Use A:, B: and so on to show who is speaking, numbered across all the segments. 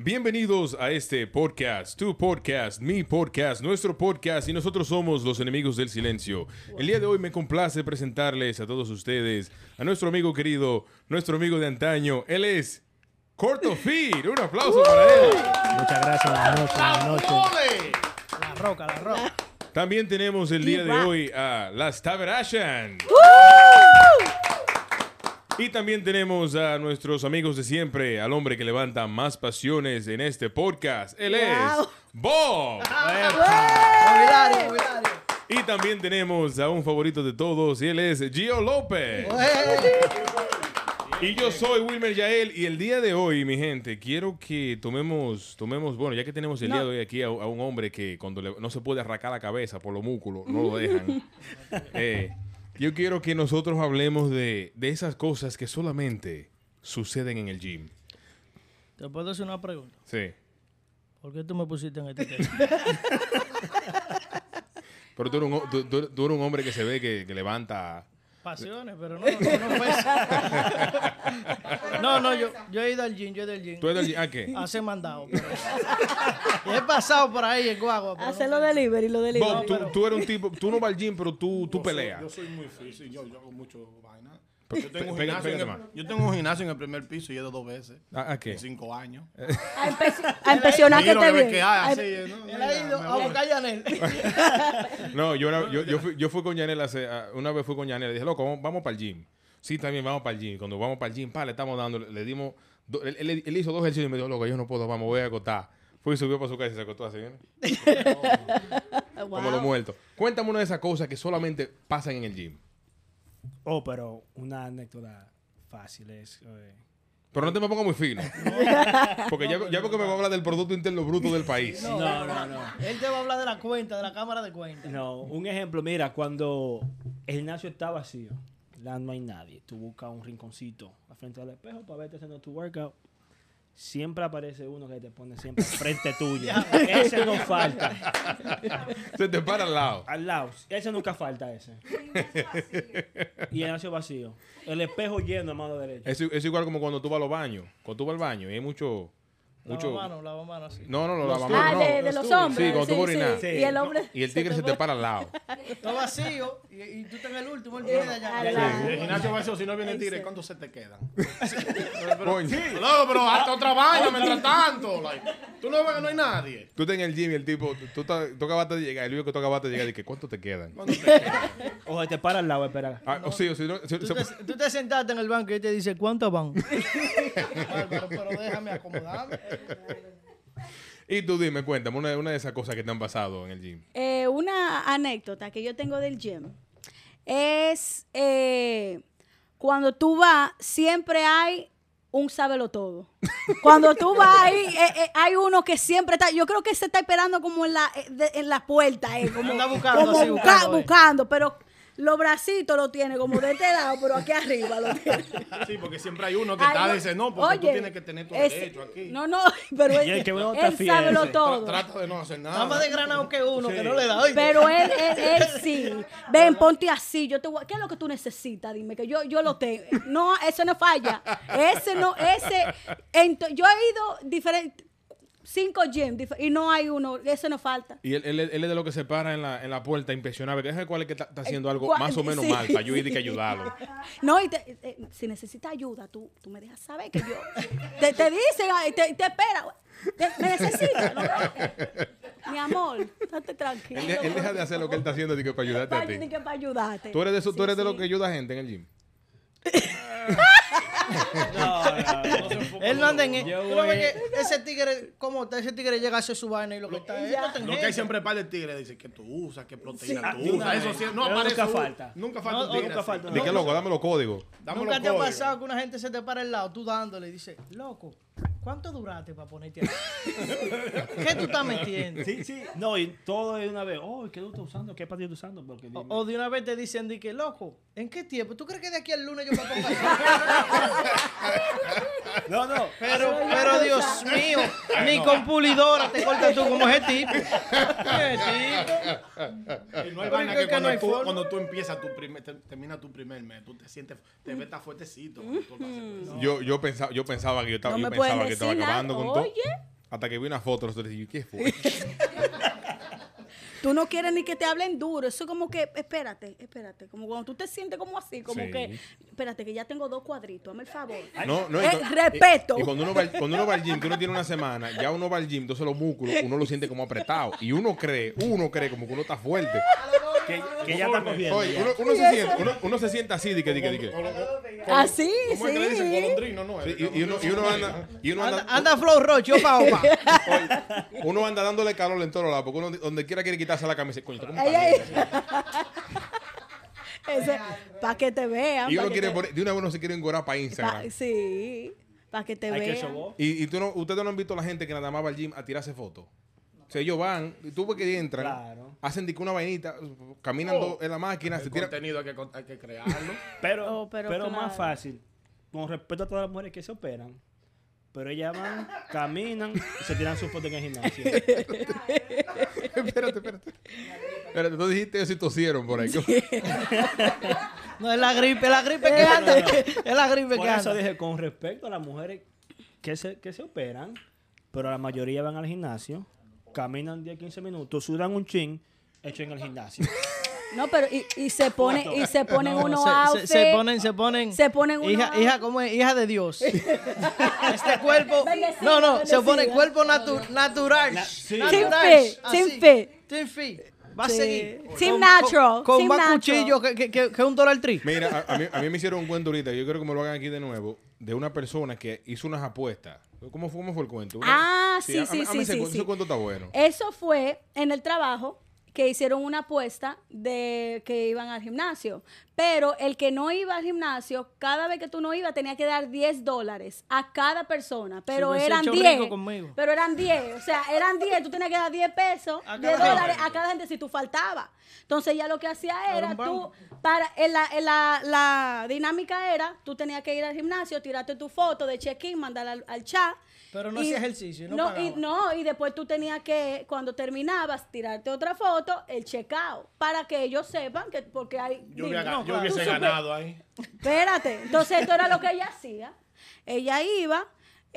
A: Bienvenidos a este podcast, tu podcast, mi podcast, nuestro podcast y nosotros somos los enemigos del silencio. El día de hoy me complace presentarles a todos ustedes a nuestro amigo querido, nuestro amigo de antaño. Él es Corto Feed. Un aplauso para él.
B: Muchas gracias, buenas noches, buenas noches. La roca, la roca.
A: También tenemos el día de hoy a Las Taberashan. Y también tenemos a nuestros amigos de siempre, al hombre que levanta más pasiones en este podcast. Él es Bob.
B: Mobiliario, mobiliario.
A: Y también tenemos a un favorito de todos, y él es Gio López. Y yo soy Wilmer Yael y el día de hoy, mi gente, quiero que tomemos, tomemos, bueno, ya que tenemos el día de hoy aquí a, a un hombre que cuando le- no se puede arrancar la cabeza por los músculos, no lo dejan. Eh, yo quiero que nosotros hablemos de, de esas cosas que solamente suceden en el gym.
C: Te puedo hacer una pregunta.
A: Sí.
C: ¿Por qué tú me pusiste en este tema?
A: Pero tú eres un, ho- tú- tú- tú eres un hombre que se ve que, que levanta...
C: Pasiones, pero no, no, no fue eso. No, no, yo, yo he ido al gym, yo he ido al gym.
A: ¿Tú eres del gym? ¿Ah, qué?
C: Hace mandado. pero- Y he pasado por ahí en Guagua. pero
D: Hacer
C: no-
D: lo delivery, lo
A: Bob,
D: delivery.
A: tú, tú eres un tipo, tú no vas al gym, pero tú, tú peleas.
E: Yo soy muy físico, yo, yo hago mucho vaina.
A: Pe-
E: Yo tengo, un
A: pe-
E: gimnasio en
A: pégate
E: el,
A: más.
E: yo tengo un gimnasio en el primer piso y he ido dos veces.
A: ¿Ah, ah, qué?
E: En cinco años.
D: A, impe- a impresionar Eh, que te
E: Miro
D: Ah,
E: a ver
D: bien.
E: qué
D: A-
E: hay, así, ¿no?
C: Él ha
E: Mira,
C: ido
E: me
C: a
E: voy.
C: buscar a Yanel.
A: No, yo, una- yo, yo fui, yo fui con Yanel hace, ah, una vez fui con Yanel, dije, loco, vamos, para el gym. Sí, también vamos para el gym. Cuando vamos para el gym, pa, le estamos dando, le, le dimos, do- él, él- él hizo dos ejercicios y me dijo, loco, yo no puedo, vamos, voy a acotar. Fue y subió para su casa y se acotó así, ¿eh? como
D: Wow.
A: los muertos. Cuéntame una de esas cosas que solamente pasan en el gym.
B: Oh, pero una anécdota fácil es. eh,
A: Pero no te me pongas muy fino. Porque ya, ya porque me va a hablar del Producto Interno Bruto del país.
B: No, no, no.
C: Él te va a hablar de la cuenta, de la cámara de cuenta.
B: No, un ejemplo, mira, cuando el gimnasio está vacío, ya no hay nadie, tú buscas un rinconcito al frente del espejo para verte haciendo tu workout, siempre aparece uno que te pone siempre al frente tuyo. ese no falta.
A: Se te para al lado.
B: Al lado, ese nunca falta, ese. Y el gimnasio vacío. El espejo lleno, mano derecha.
A: Es, es igual como cuando tú vas a los baños. Cuando tú vas al baño y hay mucho... mucho
C: Lavamanos, lavamanos así.
A: no, no, no,
D: Ah,
A: lavamanos,
D: de,
A: no.
D: de los
B: Sí,
D: hombres.
A: cuando tú
D: sí,
A: orinas.
D: sí. Y el hombre.
A: Y el tigre se te para al lado.
C: Todo vacío y, y tú estás en el último, el que de
D: a
C: allá.
D: la-
E: El gimnasio vacío, si no viene el
D: sí.
E: tigre, ¿cuántos se te quedan? pero,
A: Coño.
E: Loco, pero hasta otra vaina mientras tanto. like, tú no ves que no hay nadie.
A: Tú estás en el gym y el tipo, tú, estás- tú acabaste de llegar, el único que tú acabaste de llegar, y que ¿cuánto te quedan?
E: ¿Cuánto te quedan?
B: Ojo, te para al lado, espera.
A: Ah, o sí, o sí, no, sí,
C: Tú
A: se-
C: te, tú te sentaste en el banco y te dice, ¿cuántos van? Bárbaro, pero déjame acomodarme.
A: Y tú dime, cuéntame, una, una de esas cosas que te han pasado en el gym.
D: Eh, una anécdota que yo tengo del gym es eh, cuando tú vas, siempre hay un sábelo todo. Cuando tú vas ahí, eh, eh, hay uno que siempre está, yo creo que se está esperando como en la, eh, de- en la puerta, eh, como,
C: Anda buscando,
D: como
C: así,
D: busca-
C: buscando, eh.
D: buscando, pero los bracitos lo tiene como de este lado, pero aquí arriba lo tiene.
E: Sí, porque siempre hay uno que está y dice, no, porque tú
D: Oye,
E: tienes que tener tu
D: ese-
E: derecho aquí.
D: No, no, pero
B: Y el
D: él,
B: que veo está
D: él
B: fiel,
D: sábelo
B: sí.
D: todo.
E: Trata de no hacer
C: Está más
E: nada.
C: desgranado que uno, que no le da. oye.
D: Pero él, él, él sí. Ven, ponte así. Yo te voy a- ¿Qué es lo que tú necesitas? Dime que yo, yo lo tengo. No, eso no falla. Ese no, ese. ento- yo he ido diferentes cinco gyms dif- y no hay uno. Eso no falta.
A: Y él, él, él es de lo que se para en la, en la puerta impresionable, que es el cual es que está, está haciendo algo
D: Cua-
A: más o menos
D: Eh, sí.
A: mal, para yo ir y que ayudarlo.
D: No, y te- eh, si necesitas ayuda, tú, tú me dejas saber que yo. Te, te dicen, ay, te, te espera. Te- me necesitas. ¿no? Mi amor, estate tranquilo.
A: Él, él deja de hacer lo que él está haciendo, digo, para ayudarte
D: para,
A: a ti.
D: para ayudarte.
A: Tú eres de, eso, tú
D: Sí,
A: eres de
D: sí.
A: lo que ayuda a gente en el gym.
C: Él no anda en él.
B: Yo
C: Tú no
B: voy-
C: ves que ese tigre, ¿cómo está? Ese tigre llega a hacer su vaina y lo que está es.
D: ya.
C: no te
E: Lo que hay
C: engendra.
E: siempre par de tigres dice que tú usas, qué proteína
B: Ah, de
E: tú
B: una
E: usas. Eso
B: vez.
E: sí, no
B: Pero
E: aparece.
B: nunca
E: un-
B: falta.
E: Nunca falta un
B: No,
E: tigre.
B: nunca
E: así.
B: falta.
A: ¿De qué loco? Dame los códigos.
E: Dame
C: Nunca
E: los
C: te ha
E: códigos.
C: pasado que una gente se te para al lado, tú dándole y dice, loco, ¿cuánto duraste para ponerte ahí? ¿Qué tú estás metiendo?
B: Sí, sí. No, y todo de una vez. Oh, ¿qué tú estás usando? ¿Qué partido estás usando? Porque
A: Oh,
C: O, o de una vez te dicen, di que loco, ¿en qué tiempo? ¿Tú crees que de aquí al lunes yo me acompaño?
A: oh.
B: No, no.
C: Pero, pero Dios mío, ni con pulidora te cortas tú como ese tipo. Ese tipo.
E: Y no hay
C: Pero
E: vaina
C: es que
E: que
C: no
E: cuando,
C: hay
E: tú,
C: forma.
E: cuando tú empiezas, tu primer, te- termina tu primer mes, tú te sientes, te ves tan fuertecito. cuando tú lo haces. pues.
C: Mm.
A: Yo, yo, pensaba, yo pensaba que yo estaba,
D: No
A: yo
D: me puedes
A: pensaba que
D: decir
A: estaba
D: nada.
A: acabando con todo.
D: Oye,
A: Hasta que vi una foto, nosotros dijimos, ¿qué fue?
D: Tú no quieres ni que te hablen duro. Eso es como que, espérate, espérate. Como cuando tú te sientes como así, como
A: Sí.
D: que, espérate, que ya tengo dos cuadritos, hazme el favor.
A: No, no, y
D: Eh,
A: cu-
D: respeto.
A: Y, y cuando, uno va, al- cuando uno va al gym, que uno tiene una semana, ya uno va al gym, entonces los músculos, uno lo siente como apretado. Y uno cree, uno cree como que uno está fuerte.
B: Que, que ya está cogiendo.
A: Oye,
B: ya.
A: uno, uno se, siente, uno, uno se siente así, de que, de que, de que.
D: Así,
E: ¿Cómo es que le dicen
D: Ah, sí.
E: golondrino? No,
A: Sí,
E: es
A: y, y uno, y uno anda, y uno
C: Anda,
A: anda,
C: anda Flow Roche, opa, opa.
A: uno anda dándole calor en todos lados, porque uno donde quiera quiere quitarse la camisa, coño, está como
D: Ay,
A: caliente.
D: para que te vean.
A: Y
D: pa'
A: uno
D: que
A: quiere
D: te-
A: poner- de una vez uno se quiere engorar para
D: pa-
A: Instagram.
D: sí, para que te
B: Hay que
D: vean.
B: sobó.
A: Y, y tú no, ustedes no han visto a la gente que nada más va al gym a tirarse fotos. O sea, ellos van, y tú ves que entran,
B: Claro.
A: hacen de que una vainita, caminan
E: Oh.
A: dos en la máquina, se
E: El
A: tiran.
E: contenido hay que, con- hay que crearlo.
B: Pero,
D: Oh, pero
B: pero, más
D: claro.
B: fácil. Con respeto a todas las mujeres que se operan. Pero ellas van, caminan y se tiran sus fotos en el gimnasio.
A: espérate, espérate. Espérate, tú dijiste eso y tosieron por ahí.
C: No, es la gripe, es la gripe que anda. Es la gripe
B: Por
C: que
B: eso
C: anda.
B: dije, con respecto a las mujeres que se, que se operan, pero la mayoría van al gimnasio, caminan 10, 15 minutos, sudan un chin, hecho en el gimnasio.
D: No, pero y, y se pone, y se ponen
C: No,
D: uno
C: se- se,
D: outfit.
C: se ponen, se ponen.
D: se ponen uno
C: Hija,
D: outfit.
C: hija, ¿cómo es? Hija de Dios. Este cuerpo.
D: Bendecida,
C: No, no, se
D: bendecida.
C: pone cuerpo natu- natural.
B: sí.
D: Team
C: Natural.
D: fit,
C: así.
D: team fit.
C: Team fit. Va a
D: Sí.
C: seguir.
D: Team
C: Con-
D: natural,
C: Con, con
D: team
C: más
D: natural.
C: cuchillo que, que, que, que un dólar tri.
A: Mira, a, a mí, a mí me hicieron un cuento ahorita, yo creo que me lo hagan aquí de nuevo, de una persona que hizo unas apuestas. ¿Cómo fue, cómo fue el cuento? Una-
D: Ah, sí,
A: a-
D: sí,
A: a- a mí
D: sí,
A: ese cuento-
D: sí, sí. Eh,
A: Ese cuento está bueno.
D: Eso fue en el trabajo que hicieron una apuesta de que iban al gimnasio. Pero el que no iba al gimnasio, cada vez que tú no ibas, tenía que dar 10 dólares a cada persona. Pero
C: hubiese
D: eran
C: hecho
D: 10.
C: rico conmigo.
D: Pero eran 10. O sea, eran 10. Tú tenías que dar 10 pesos,
C: A
D: 10
C: cada
D: dólares a cada gente si tú faltaba. Entonces ya lo que hacía
C: Era
D: era
C: un
D: tú,
C: banco.
D: para, en la, en la, la dinámica era, tú tenías que ir al gimnasio, tirarte tu foto de check-in, mandarla al, al chat.
C: Pero no
D: Y-
C: hacía ejercicio, no
D: y,
C: pagaba.
D: no, y después tú tenías que, cuando terminabas, tirarte otra foto, el checao, para que ellos sepan que, porque hay...
E: Yo,
D: dime,
E: hubiera ga-
D: no,
E: yo
D: claro.
E: hubiese
D: Tú supe-
E: ganado ahí.
D: Espérate, entonces esto era lo que ella hacía. Ella iba,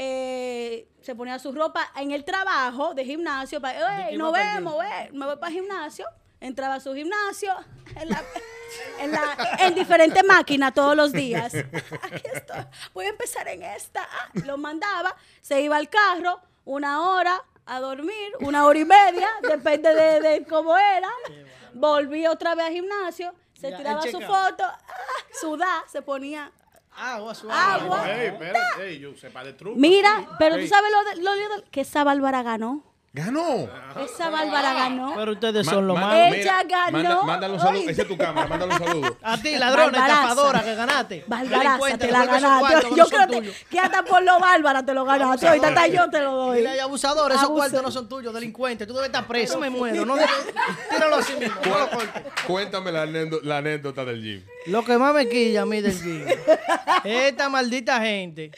D: eh, se ponía su ropa en el trabajo de gimnasio, para,
C: ¿De qué
D: nos
C: iba para el
D: vemos, eh, me voy para el gimnasio. Entraba a su gimnasio en, la- en la- en diferentes máquinas todos los días. Aquí estoy, voy a empezar en esta. Ah, lo mandaba, se iba al carro una hora a dormir, una hora y media, depende de, de cómo era. Volví otra vez al gimnasio, se
C: Ya, el
D: tiraba su
C: check-out.
D: foto, ah, sudar, se ponía.
C: Agua Ah, suave.
A: Ah,
D: Agua.
E: Ey, espérate, ey, yo sepa de truco.
D: Mira, pero
A: Ey.
D: tú sabes lo, de, lo de- que esa Bárbara ganó.
A: ¡Ganó!
D: Esa Bárbara ganó.
C: Pero ustedes son lo
A: Ma-
C: más.
A: manda-
D: Ella ganó.
A: Manda, mándale un saludo.
D: Oíste.
A: Esa es tu cámara, mándale un saludo.
C: A ti, ladrona,
D: Barbaraza.
C: estafadora, que ganaste.
D: Bárbara,
C: Delincuente,
D: te la
C: devuelve esos
D: ganaste.
C: cuartos que
D: Yo
C: no son
D: creo que,
C: tuyos.
D: que hasta por lo Bárbara te lo ganaste. Ahorita hasta yo te lo doy.
C: Dile ahí, abusador, esos
D: Abuso.
C: cuartos no son tuyos, delincuente. Tú debes estar preso. Yo me muero. No, tíralo así mismo. no lo cortes.
A: Cuéntame la, anécdo- la anécdota del gym.
C: Lo que más me quilla a mí del gym, esta maldita gente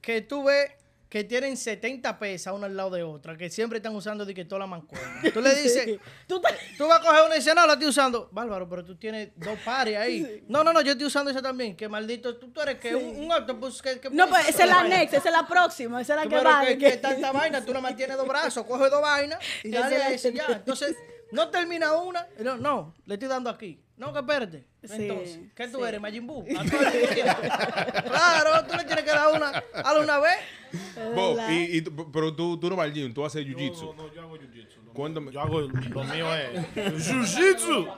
C: que tú ves que tienen 70 pesas una al lado de otra, que siempre están usando de que toda la mancuerna. Tú le dices,
D: Tú te-
C: tú vas a coger una y dices, no, la estoy usando. Bárbaro, pero tú tienes dos pares ahí. No, no, no, yo estoy usando esa también. Que maldito, tú, tú eres que un, un octopus que, que-
D: No, pues esa es la next, esa es la próxima, esa es la que
C: pero
D: va.
C: que, que tanta vaina, tú la mantienes dos brazos, coge dos vainas y dale
D: Esa
C: a
D: es la-
C: ese ya. Entonces, no termina una, y no, no, le estoy dando aquí. No, que espérate.
D: Sí,
C: Entonces, ¿qué tú
D: sí.
C: eres, Majin Buu? A todo el mundo tiene. claro, tú le tienes que dar una, a una vez.
A: Bob,
D: ¿Verdad?
A: y, y tú- pero tú, tú no vas al gym, tú haces jiu-jitsu.
E: No, yo hago jiu-jitsu. lo
A: Cuéntame.
E: mío- Yo hago, lo mío es jiu-jitsu.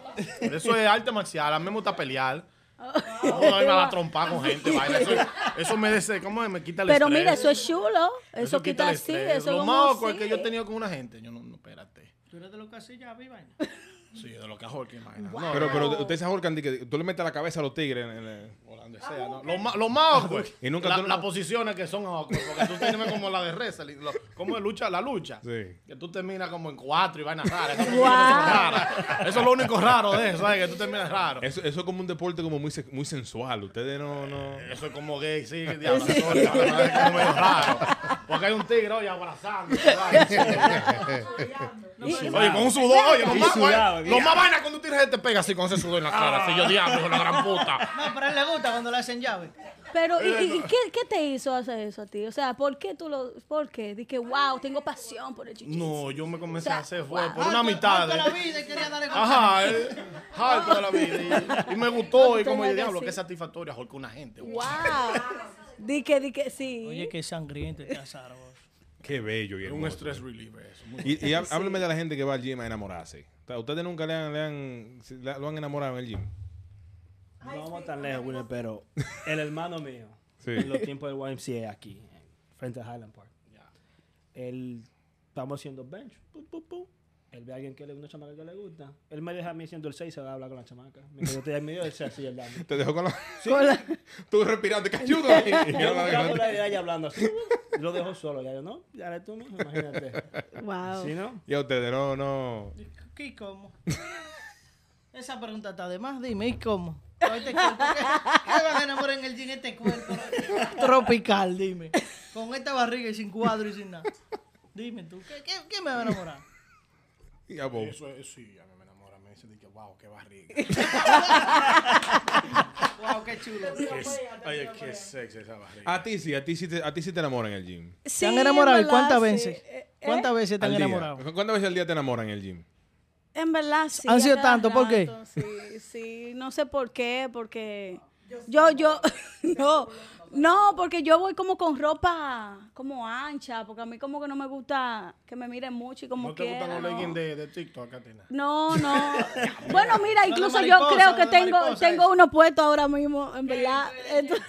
E: Eso es arte marcial. A mí me gusta pelear.
C: Oh.
E: No, me va a trompar con gente, vaina. Eso, eso me, des- ¿cómo es? me quita el
D: Pero
E: estrés.
D: mira, eso es chulo. Eso, quita
E: el
D: así,
E: estrés.
D: eso
E: Lo
D: como
E: moco es
D: así.
E: que yo he tenido con una gente. Yo no, no espérate.
C: Tú eres de los casillas, vi vaina.
E: Sí, de lo que ajor, que imagina. No,
A: Pero, pero ustedes se ahorcan de que tú le metes la cabeza a los tigres. en- en-
E: volando sea,
D: Ah,
E: ¿no? Lo, ma- lo más awkward.
A: Y nunca
E: la,
A: tú no-
E: Las posiciones que son awkward. Porque tú terminas como la de reza. Como es lucha, la lucha.
A: Sí.
E: Que tú terminas como en cuatro y vainas raras. Eso,
D: Wow.
E: eso es lo único raro de eso, ¿sabes? Que tú terminas raro.
A: Eso, eso es como un deporte como muy, se- muy sensual. Ustedes no... no...
E: Eso es como gay, sí, diablo. sorry, la verdad es como medio raro. Porque hay un tigre, oye, abrazando. Oye, con un sudor, oye, lo
B: Y
E: más,
B: sudado,
E: oye, lo
B: diablo.
E: más vaina cuando Ah.
C: Ah,
E: un tigre te pega así con ese sudor en la cara. Así yo, diablo, hijo de la gran puta.
C: No, pero a él le gusta cuando le hacen llave.
D: Pero, ¿y, y- y qué, qué te hizo hacer eso a ti? O sea, ¿por qué tú lo.? ¿Por qué? Dije, wow, tengo pasión por el jiu
E: No, yo me comencé a hacer fue
D: Wow.
E: por
C: Ah,
E: una mitad.
C: Harto
E: de-
C: la vida y quería darle con-
E: Ajá, eh, harto de la vida. Y, y me gustó, y
D: Harto
E: como
D: de
E: el
D: la
E: diablo,
D: vida,
E: qué
D: sí.
E: satisfactorio, ahorcar una gente.
D: Wow. Dije, dije, sí.
C: Oye, qué sangriento este azar. vos.
A: Qué bello y
E: Es
A: hermoso.
E: un stress reliever eso. muy
A: Y, y há- hábleme de la gente que va al gym a enamorarse. O sea, ¿Ustedes nunca le han, le han- se- la- lo han enamorado en el gym?
B: No vamos tan lejos, Wilmer, pero el hermano mío,
A: Sí.
B: en los tiempos del YMCA aquí, frente a Highland Park, él, estamos haciendo bench, pu, pu, pu. él ve a alguien que le una chamaca que le gusta, él me deja a mí siendo el 6 y se va a hablar con la chamaca. Me quedo en medio del 6 y el dame.
A: Te dejo con la... Tú respirando, cachudo. ahí. Y
B: Yo buscando
A: ahora-
B: la idea y hablando así, lo dejo solo, ya yo, no, ya eres tú mismo, imagínate.
D: Wow.
B: ¿Sí, no?
A: y a ustedes, no, no.
C: ¿Y cómo? Esa pregunta está de más. Dime, ¿y cómo? Hoy te cuento que te van a enamorar en el jean este cuerpo tropical, dime. Con esta barriga y sin cuadro y sin nada. Dime tú, ¿qué, qué, qué me va a enamorar?
A: Y a vos.
E: Eso es, sí, a mí me enamora. Me dice, de que, wow, qué barriga.
C: Wow, qué chulo.
E: Qué- Ay, qué sexy esa barriga.
A: A ti sí, a ti sí te, a ti sí te enamoran en el gym.
D: Sí,
C: ¿Te han enamorado? ¿Y
D: en verdad,
C: cuántas
D: sí.
C: veces?
D: Eh, eh,
C: ¿Cuántas veces te han
A: Al día.
C: enamorado?
A: ¿Cuántas veces al día te enamoran en el gym?
D: En verdad, sí.
C: ¿Han
D: a
C: sido
D: cada
C: tanto? ¿Por qué?
D: rato, Sí, sí. No sé por qué, porque yo, yo, no, no, porque yo voy como con ropa como ancha, porque a mí como que no me gusta que me miren mucho y como
E: ¿No te gustan
D: quiera,
E: los
D: no.
E: leggings de, de TikTok, Katina?
D: No, no. Bueno, mira, incluso yo
C: mariposa,
D: creo que
C: de
D: tengo,
C: mariposa,
D: tengo uno puesto ahora mismo, en verdad. Entonces,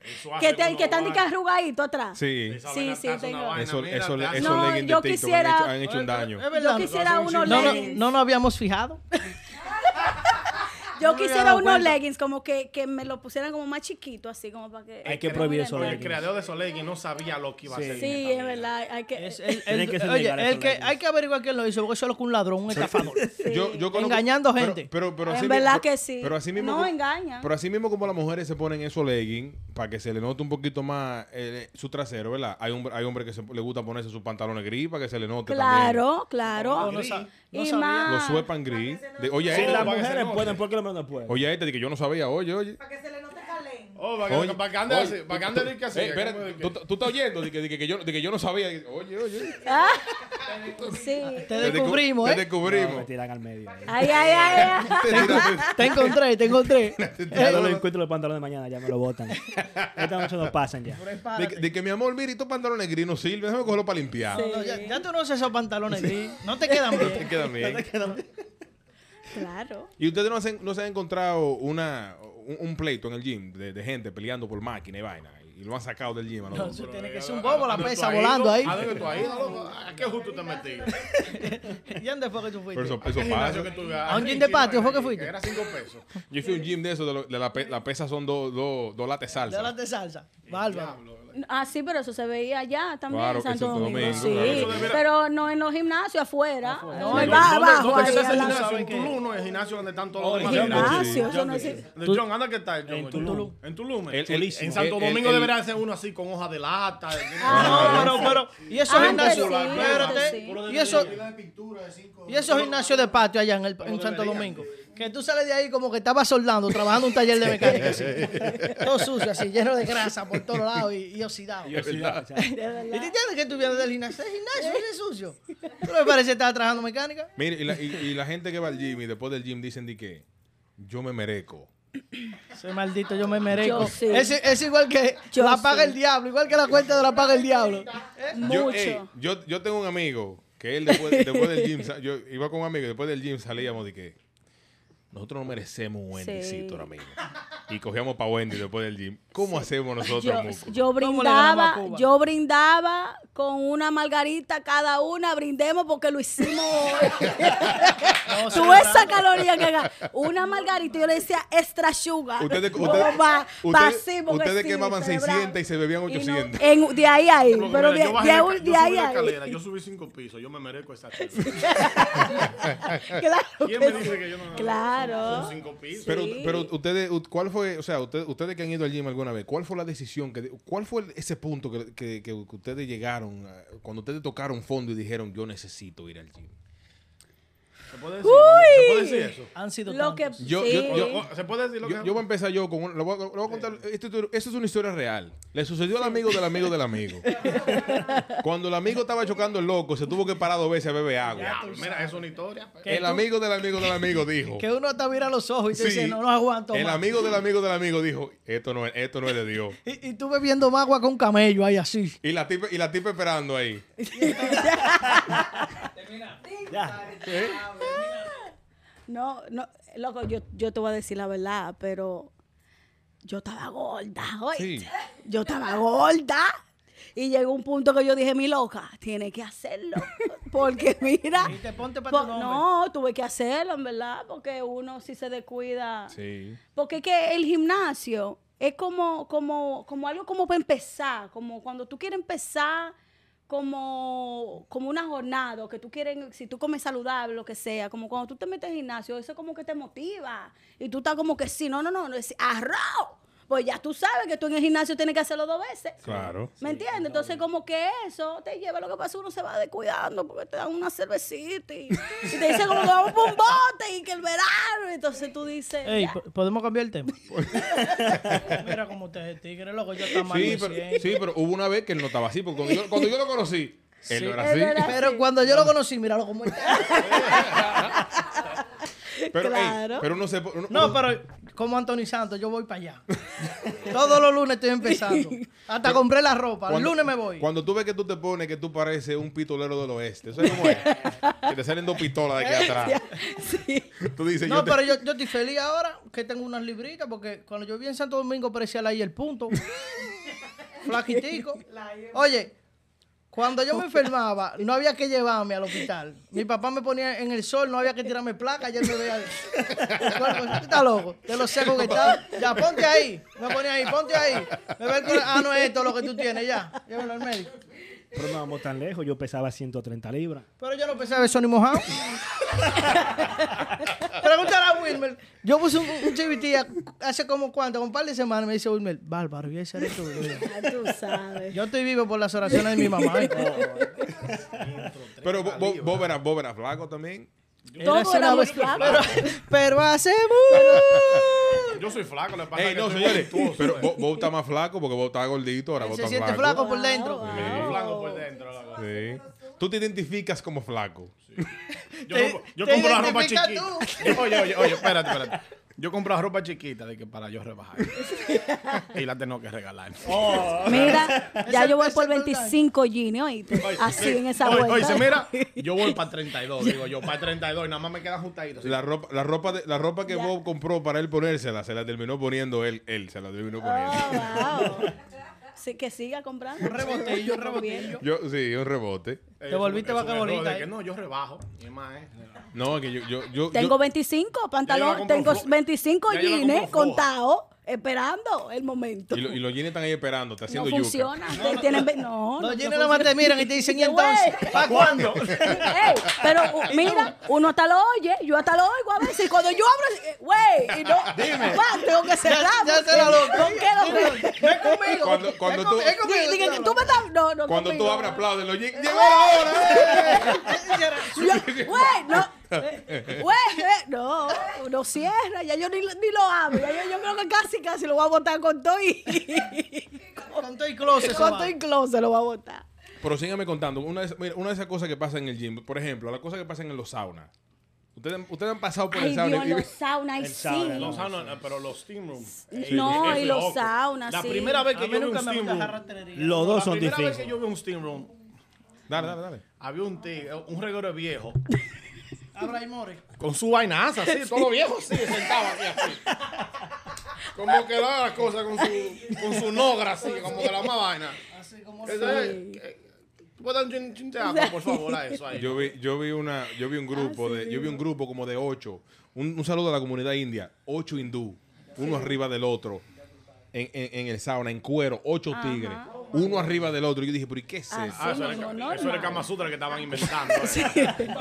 E: Eso hace
D: que, te-
E: uno
D: que están ni que
E: vaina.
D: arrugadito atrás.
A: Sí,
E: Esa
D: Sí,
E: vaina
D: sí,
E: te hace
D: tengo.
E: una vaina,
A: Eso,
E: mira,
A: eso,
E: te hace-
A: esos
D: No,
A: leggings
D: yo
A: de TikTok han
D: quisiera-
A: hecho, han hecho un daño.
C: Es
D: Yo
C: verdad.
D: quisiera
E: un
D: unos
C: No, no,
D: leggings.
C: no nos habíamos fijado. no
D: Yo
C: me había
D: quisiera
C: dado
D: unos
C: cuenta.
D: leggings como que, que me lo pusieran como más chiquito, así como para que.
B: Hay que prohibir esos
E: El
B: leggings.
E: creador de esos leggings no sabía lo que iba a hacer. en
D: Sí,
E: esta
D: es eh,
E: vida.
D: verdad. Hay que.
C: Es el-
B: Tienen
C: el-
B: que ser
C: oye,
B: legales
C: el
B: esos
C: que,
B: leggings.
C: hay que averiguar quién lo hizo, porque solo es un ladrón, un estafador.
A: Yo, yo conozco-
C: Engañando
A: pero-
C: gente.
A: Pero, pero,
D: En
A: así
D: verdad
A: mismo-
D: que sí.
A: Pero así mismo,
D: No
A: como-
D: engañan.
A: Pero así mismo como las mujeres se ponen esos leggings para que se le note un poquito más eh, su trasero, ¿verdad? Hay hombres hay hombre que se- le gusta ponerse sus pantalones gris para que se le note también.
D: Claro, claro.
C: No sa- no
D: y
C: sabía.
D: más.
A: Los suepan gris. De- oye,
E: Sí,
A: este-
B: Las
E: para que se
B: mujeres
E: note.
B: pueden, ¿por qué los hombres no pueden?
A: oye, este de que yo no sabía. Oye, oye.
E: Oh, para
A: Oye,
E: que- para que ande
A: oye,
E: así, para que ande de que así.
A: Ey,
E: ¿cómo
A: espérate,
E: de que?
A: tú, tú estás oyendo de que, de que- que yo, de que yo no sabía. Oye, oye.
D: Ah, Sí.
C: Te descubrimos,
A: descu- Te
C: ¿eh?
B: No, me
A: descubrimos.
B: tiran al medio. ahí.
D: Ay, ay, ay, ay.
A: Te tiraste-
C: Te encontré, te encontré.
B: Ya no lo encuentro los pantalones de mañana, ya me lo botan. Esta noche no pasan ya.
A: de, que- de que mi amor, mira, estos pantalones gris no sirven. Déjame cogerlos para limpiar.
C: No, ya, ya tú no usas esos pantalones gris. No te quedan bien.
A: Te quedan bien.
D: Claro.
A: ¿Y ustedes no, hacen- no se han encontrado una, un, un pleito en el gym de, de gente peleando por máquina y vaina? Y lo han sacado del gym. a los
C: No,
A: dos?
C: eso tiene que
E: Pero,
C: ser un
E: ¿a
C: bobo la
E: dónde tú
C: pesa
E: has ido?
C: volando ahí.
E: ¿A dónde tú has ido, loco? ¿A qué justo te metiste?
C: ¿Y dónde fue que tú
A: Pero
C: fuiste?
A: eso,
E: ¿A qué
A: eso
E: gimnasio que
A: pasa.
E: tú ibas?
C: ¿A un gym de patio fue que fuiste?
E: Era cinco pesos.
A: Yo fui a un gym de eso, de, lo- de la, pe- la pesa son dos dos dos latas de
C: De
A: salsa.
C: las de salsa. Bárbaro.
D: Ah, sí, pero eso se veía allá también
A: Claro,
D: en
A: que en
D: Santo
A: Santo
D: Domingo.
A: Domingo,
D: sí,
A: claro.
E: Eso debería-
D: pero no en los gimnasios afuera. No,
C: Ahí
D: va
E: ¿Dónde- dónde-
D: abajo.
E: ¿Dónde
D: ahí
E: es ese
D: al lado.
E: gimnasio?
C: saben
E: En
C: que-
E: Tulum no es gimnasio donde están todos
B: Oh,
E: los
B: gimnasio.
E: demás.
D: Gimnasio, eso no es.
E: De John, anda que está el John.
B: En Tulum.
E: En Tulum.
A: El- el-
E: en Santo
A: el- el-
E: Domingo
A: el-
E: debería ser uno así con hoja de lata.
C: No, pero, pero, y esos
D: Antes
C: gimnasios,
D: sí, antes
C: espérate,
D: sí.
C: y esos, y esos gimnasios de patio allá en, el, en Santo Domingo, que tú sales de ahí como que estabas soldando, trabajando en un taller de mecánica, así, todo sucio, así, lleno de grasa por todos lados y, y oxidado. ¿Y
A: Es verdad.
C: tú entiendes que tú vienes del gimnasio? ¿El gimnasio
D: ¿Eh?
C: es sucio? ¿Tú no me parece que estabas trabajando mecánica?
A: Mire, y la, y- y la gente que va al gym y después del gym dicen de que yo me merezco.
C: Ese maldito yo me merezco.
D: Yo sí.
C: Es, es igual que
D: Yo
C: la paga
D: sí.
C: el diablo, igual que la cuenta de la paga el diablo.
D: eh,
A: Yo,
D: Mucho.
A: ey, yo, yo tengo un amigo que él después, después del gym, sa- yo iba con un amigo y después del gym salíamos de que nosotros no merecemos un
D: Sí.
A: Wendycito ahora mismo. Y cogíamos para Wendy después del gym. ¿Cómo hacemos nosotros,
D: Yo,
A: Muco?
D: yo
C: ¿Cómo le ganamos a
D: brindaba,
C: Cuba?
D: yo brindaba con una margarita cada una, brindemos porque lo hicimos hoy. Tú esa caloría que haga, una margarita, yo le decía extra sugar.
A: Ustedes,
D: Oh,
A: ustedes,
D: va, va,
A: ustedes,
D: sí, porque
A: ustedes
D: sí,
A: quemaban
D: celebramos.
A: 600 y se bebían
D: Y no-
A: 800.
D: en- de ahí a ahí,
E: Porque
D: pero
E: mira,
D: de,
E: yo bajé
D: de
E: la-
D: ahí-
E: yo
D: de
E: subí
D: ahí
E: la
D: a ahí.
E: escalera, yo subí cinco pisos, yo me merezco esta chica.
D: Claro que
E: ¿Quién me
D: sí.
E: dice que yo no
D: Claro.
E: son cinco pisos?
A: Pero,
D: eh, Sí.
A: pero ustedes, ut- ¿cuál fue, o sea, ustedes, ustedes que han ido al gym alguna vez, cuál fue la decisión, que, cuál fue el- ese punto que, que- que ustedes llegaron, a- cuando ustedes tocaron fondo y dijeron, yo necesito ir al gym?
E: ¿Se puede decir? ¿Se puede decir eso?
C: Han sido
D: Lo que.
C: tantos.
A: Yo-
D: sí.
A: yo- yo-
E: Oh, ¿Se puede decir lo
A: Yo,
E: que
A: yo voy a empezar yo con un- lo voy a, lo voy a contar. Esto, esto es una historia real. Le sucedió al amigo del amigo del amigo. Cuando el amigo estaba chocando el loco, se tuvo que parar dos veces a beber agua.
E: Ah, Mira, es una historia. pues. pe-
A: El amigo del amigo del amigo dijo.
C: Que uno te mira a los ojos y te
A: Sí.
C: dice, no lo aguanto
A: El
C: más".
A: amigo del amigo del amigo dijo, esto no es, esto no es de Dios.
C: Y, y tú bebiendo más agua con un camello ahí así.
A: Y la tipa, y la tipa esperando ahí.
D: No, no, loco, yo, yo te voy a decir la verdad, pero yo estaba gorda, oye.
A: Sí.
D: Yo estaba gorda. Y llegó un punto que yo dije, mi loca, tiene que hacerlo. Porque mira.
C: Y te ponte pa'
D: po-
C: tu nombre.
D: no, tuve que hacerlo, en verdad, porque uno si se descuida.
A: Sí.
D: Porque es que el gimnasio es como, como, como algo como para empezar, como cuando tú quieres empezar como, como una jornada, o que tú quieres, si tú comes saludable, lo que sea, como cuando tú te metes al gimnasio, eso como que te motiva. Y tú estás como que sí, no, no, no, no es arroz. Pues ya tú sabes que tú en el gimnasio tienes que hacerlo dos veces.
A: Claro.
D: ¿Me entiendes? Entonces, como que eso te lleva lo que pasa, uno se va descuidando porque te dan una cervecita y, y te dicen como que vamos por un bote y que el verano. Entonces tú dices.
C: Ey,
D: ya.
C: po- ¿podemos cambiar el tema? Mira cómo te es tigre, loco, yo está mal.
A: Pues- Sí pero, sí, pero hubo una vez que él no estaba así, porque cuando yo, cuando yo lo conocí, él no era
D: Él no
A: así.
D: era-
C: Pero cuando yo lo conocí, míralo cómo está.
A: Pero, ey,
D: Claro.
A: pero uno se po- uno-
C: No,
A: uno-
C: pero como Anthony Santos, yo voy para allá. Todos los lunes estoy empezando. Hasta compré la ropa. El
A: Cuando-
C: lunes me voy.
A: Cuando tú ves que tú te pones que tú pareces un pitolero del oeste, ¿sabes cómo es? que te salen dos pistolas de aquí atrás.
D: Sí.
A: Tú dices,
C: No,
A: yo te-
C: pero yo, yo estoy feliz ahora que tengo unas libritas porque cuando yo vi en Santo Domingo parecía la I el punto. Flaquitico. Oye, cuando yo me enfermaba, no había que llevarme al hospital. Mi papá me ponía en el sol, no había que tirarme placa, ya él me veía. Bueno, tú estás loco, de lo seco que está. Ya, ponte ahí. Me ponía ahí, ponte ahí. Me ve el cole- Ah, no es esto lo que tú tienes, ya. Llévalo al médico.
B: Pero no vamos tan lejos. Yo pesaba 130 libras.
C: Pero yo no pensaba eso ni mojado. Pregúntale a Wilmer. Yo puse un, un CBT hace como cuánto, un par de semanas, me dice Wilmer, bárbaro, y ese eres tú. Yo digo,
D: Ya tú sabes.
C: Yo estoy vivo por las oraciones de mi mamá.
A: pero vos- vos vos verás, vos verás flaco también.
C: Era
D: Todos
C: hace una
D: éramos
C: vez- pero,
D: flacos.
C: pero hace mucho.
E: Yo soy flaco, le pasa
A: Ey,
E: que
A: no,
E: soy
A: señores,
E: voluptuoso,
A: pero
E: eh.
A: vos, vos estás más flaco porque vos estás gordito, ahora vos
C: Se
A: estás
C: siente
A: flaco.
C: flaco por dentro.
D: Wow,
A: eh,
E: Soy
D: wow.
E: flaco por dentro. la verdad.
A: Sí. Tú te identificas como flaco.
E: Yo,
C: Te-
E: compro- yo
C: te
E: compro la ropa
C: identificas
E: chiquita. Yo- Oye, oye, oye, espérate, espérate. Yo compro la ropa chiquita de que para yo rebajar. y la tengo que regalar.
D: Mira, ya
C: Ese-
D: yo voy
C: ese
D: por
C: es verdad.
D: 25 jeans, ¿oíste?
E: Oye,
D: Así
E: sí.
D: en esa
E: Oye,
D: vuelta.
E: oye, se mira, yo voy para 32, digo yo, para 32, nada más me quedan ajustaditos.
A: La ropa, la ropa, de- la ropa que
D: Ya.
A: Bob compró para él ponérsela, se la terminó poniendo él, él se la terminó poniendo.
D: Oh, wow. Sí, que siga comprando.
C: Un rebotillo, un
D: Yo también.
C: rebotillo.
A: Yo, sí, un rebote.
E: Eh,
C: Te volviste
E: eso- eso
C: vaca
E: me
C: bonita,
E: jode,
C: eh.
E: que no, yo rebajo. Y es más, eh.
A: No, que yo, yo, yo,
D: Tengo
A: yo-
D: 25
E: Ya yo la
D: pantalón,
E: compro
D: tengo
E: floja.
D: 25
E: Ya yo la
D: jeans
E: compro floja.
D: contados, esperando el momento.
A: y, lo- y los jeans están ahí esperando, está
D: no
A: haciendo yuca.
D: funciona. Ustedes tienen ve- No,
C: Los
D: no,
C: llenos
D: no
C: nada más te
D: funciona.
C: miran y te dicen, ¿y
D: Güey,
C: entonces? ¿Para cuándo?
D: Ey, pero u- mira, uno hasta lo oye, yo hasta lo oigo a veces. Y cuando yo abro, eh, güey, y no, pa, tengo que cerrar.
C: Ya- ya
D: porque-
C: se la loca.
D: ¿Con qué lo
C: No es conmigo.
A: Cuando- cuando
C: No es
A: tú-
C: conmigo, es conmigo,
D: Dije, dije,
C: claro.
D: tú Eh, me estás. No, no,
A: Cuando tú
D: conmigo.
A: abras, aplauden los jeans. ¡Llegó la hora! eh!
D: Yo- Güey, no. Güey, eh, no, no cierra. Ya yo ni, lo- ni lo abro. Ya yo, yo creo que casi, casi lo voy a botar con todo y.
C: Con todo y closet. se
D: con
C: va.
D: todo y closet lo voy a botar.
A: Pero síganme contando. Una de, esas- mira, una de esas cosas que pasa en el gym, por ejemplo, las cosas que pasan en los saunas. Ustedes, han- ustedes han pasado por
D: Ay,
A: el sauna.
D: Dios,
A: y-
D: los saunas, ay,
B: El
D: sí.
B: sauna,
E: Los saunas, eh, pero los steam rooms. eh,
D: No,
E: es
D: y los
E: loco.
D: saunas,
E: La
D: sí.
E: primera vez que
C: A mí
E: yo vi
C: nunca
E: un
C: me
E: steam
C: gusta la
E: room.
C: jarratería.
B: Los
E: La
B: dos son
E: primera vez que
B: difíciles.
E: yo vi un steam room,
A: Dale, dale, dale.
E: había un tigre, un reguero viejo,
C: Abra y more.
E: con su vainaza, así, todo viejo, así, sentado aquí, así. Como que daba las cosas con su, con su nogra, así, como que la más vaina.
C: Así como
E: Eso es, eh, ¿Puedo dar un chin- chin de agua, por favor, a eso ahí?
A: Yo vi, yo vi una, yo
D: Ah,
A: vi un grupo de, yo vi un grupo como de ocho. Un, un saludo a la comunidad india, ocho hindú, uno arriba del otro, en, en- en el sauna, en cuero, ocho tigres. uno arriba del otro. Yo dije, pero ¿y qué es
D: Ah,
A: eso?
E: Ah, eso,
D: mismo,
E: era,
D: normal.
E: eso era el Kama Sutra que estaban inventando. eh.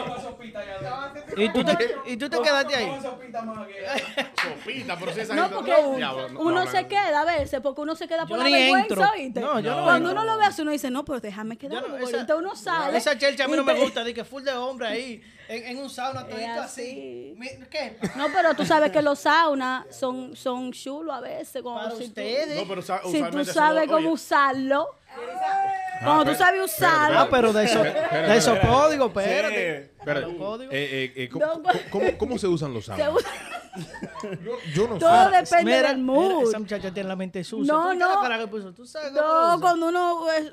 C: ¿Y tú te, y tú te quedaste ahí?
E: Sopita, pero si esa
D: No,
E: gente-
D: porque
E: no,
D: un-
E: diablo, no,
D: uno
E: no,
D: se
E: no.
D: queda a veces, porque uno se queda por
C: Yo
D: la
C: ni
D: vergüenza,
C: entro.
D: ¿oíste?
C: No, yo no
D: Cuando
C: entro.
D: uno lo ve así, uno dice, no, pero déjame
C: Yo
D: quedar,
C: no-
D: bonito. uno sale.
C: Esa chelcha a mí no
D: y
C: me
D: te-
C: gusta, di que full de hombre ahí, en, en un sauna, todito
D: así.
C: así. Mi- ¿Qué?
D: No, pero tú sabes que los saunas son, son chulos a veces. como
C: Para
D: si tú-
C: ustedes.
E: No, pero sa-
D: si
E: usualmente
D: tú
E: eso
D: sabes
E: no-
D: cómo
E: oye,
D: usarlo,
A: Ah,
D: cuando tú
A: espérate,
D: sabes
A: espérate,
D: usarlo.
C: Ah, pero de eso,
A: Espérate,
C: de esos
A: espérate.
C: códigos, espérate.
A: Espérate.
C: Los códigos.
A: Eh, eh, eh, ¿cómo,
D: No, pues.
A: cómo- cómo- cómo se usan los
D: se
A: sábados?
D: usa-
A: Yo, yo no
D: Todo
A: sé.
D: depende
C: Mira,
D: del
C: mira,
D: mood.
C: Esa muchacha tiene la mente sucia.
D: No,
C: ¿Tú viste la
D: no.
C: cara que puso? ¿Tú sabes
D: No,
C: cómo
D: cuando uno. eh,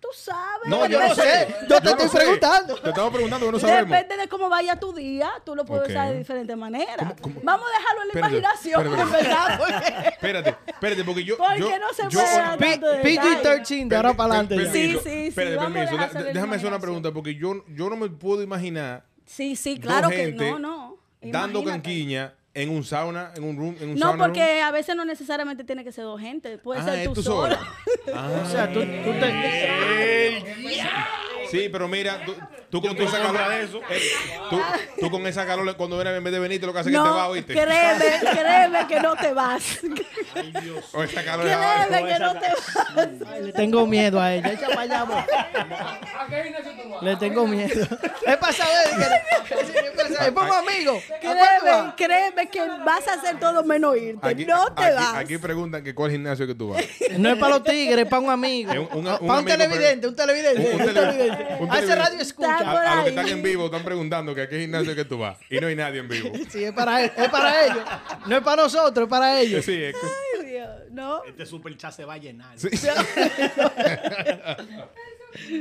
D: tú sabes.
A: No, yo no
D: depende-
A: sé.
C: Yo te
A: no
C: estoy
A: sé.
C: preguntando.
A: Te estaba preguntando que no sabemos.
D: Depende de cómo vaya tu día, tú lo puedes
A: Ok.
D: usar de diferentes maneras.
A: ¿Cómo- cómo?
D: Vamos a dejarlo en la
A: Espérate,
D: imaginación,
A: espérate,
D: en verdad. porque-
A: Espérate, espérate, porque yo.
D: Porque
A: yo-
D: no se
A: yo-
D: puede
A: yo-
C: usa?
D: hablar de
C: P-
D: detalles.
C: PG-13, de ahora para adelante. ya.
D: Sí,
A: Permiso,
D: sí, sí,
A: espérate,
D: vamos a
A: permiso,
D: dejar
A: da-
D: hacer
A: déjame hacer una
D: imaginación.
A: pregunta porque yo, yo no me puedo imaginar
D: Sí, sí, claro
A: dos
D: que
A: gente
D: no, no.
A: dando
D: Imagínate.
A: canquiña en un sauna, en un room, en un
D: No,
A: sauna room.
D: porque a veces no necesariamente tiene que ser dos gente, puede
A: Ah,
D: ser
A: es
D: tú,
A: tú
D: solo.
A: sola. Ah,
C: O sea, tú, tú te...
A: sí, pero mira, tú, tú con
E: Yo
A: esa
E: estoy en
A: calor,
E: contra de eso.
A: eh, tú, tú con esa calor cuando eres en vez de venirte lo que hace es que te va,
D: No,
A: ¿oíste?
D: créeme, créeme que no te vas.
A: O esta calor es ahora.
D: créeme que no te vas.
C: Ay, le tengo miedo a ella. Echa para allá, vos. Le tengo miedo. Es para saber. que- que sí, Es para saber. Es por un amigo. ¿A cuál tú
D: Créeme,
C: vas?
D: créeme que vas a hacer todo menos irte.
A: Aquí,
D: no te
A: aquí-
D: vas.
A: aquí preguntan que cuál gimnasio que tú vas.
C: No es para los tigres, es para un amigo. Ah,
A: Es un- un- un
C: para un
A: amigo,
C: televidente, un televidente.
A: Un- un
C: Un,
A: tele-
C: televidente.
A: un
C: Hace
A: televidente.
C: radio escucha.
D: por
A: A, a los que
D: ahí.
A: están en vivo están preguntando que a qué gimnasio que tú vas. Y no hay nadie en vivo.
C: Sí, es para, él- es para ellos. No es para nosotros, es para ellos.
A: Sí, es-
D: Ay, Dios, No,
E: Este super chat se va a llenar.
A: sí.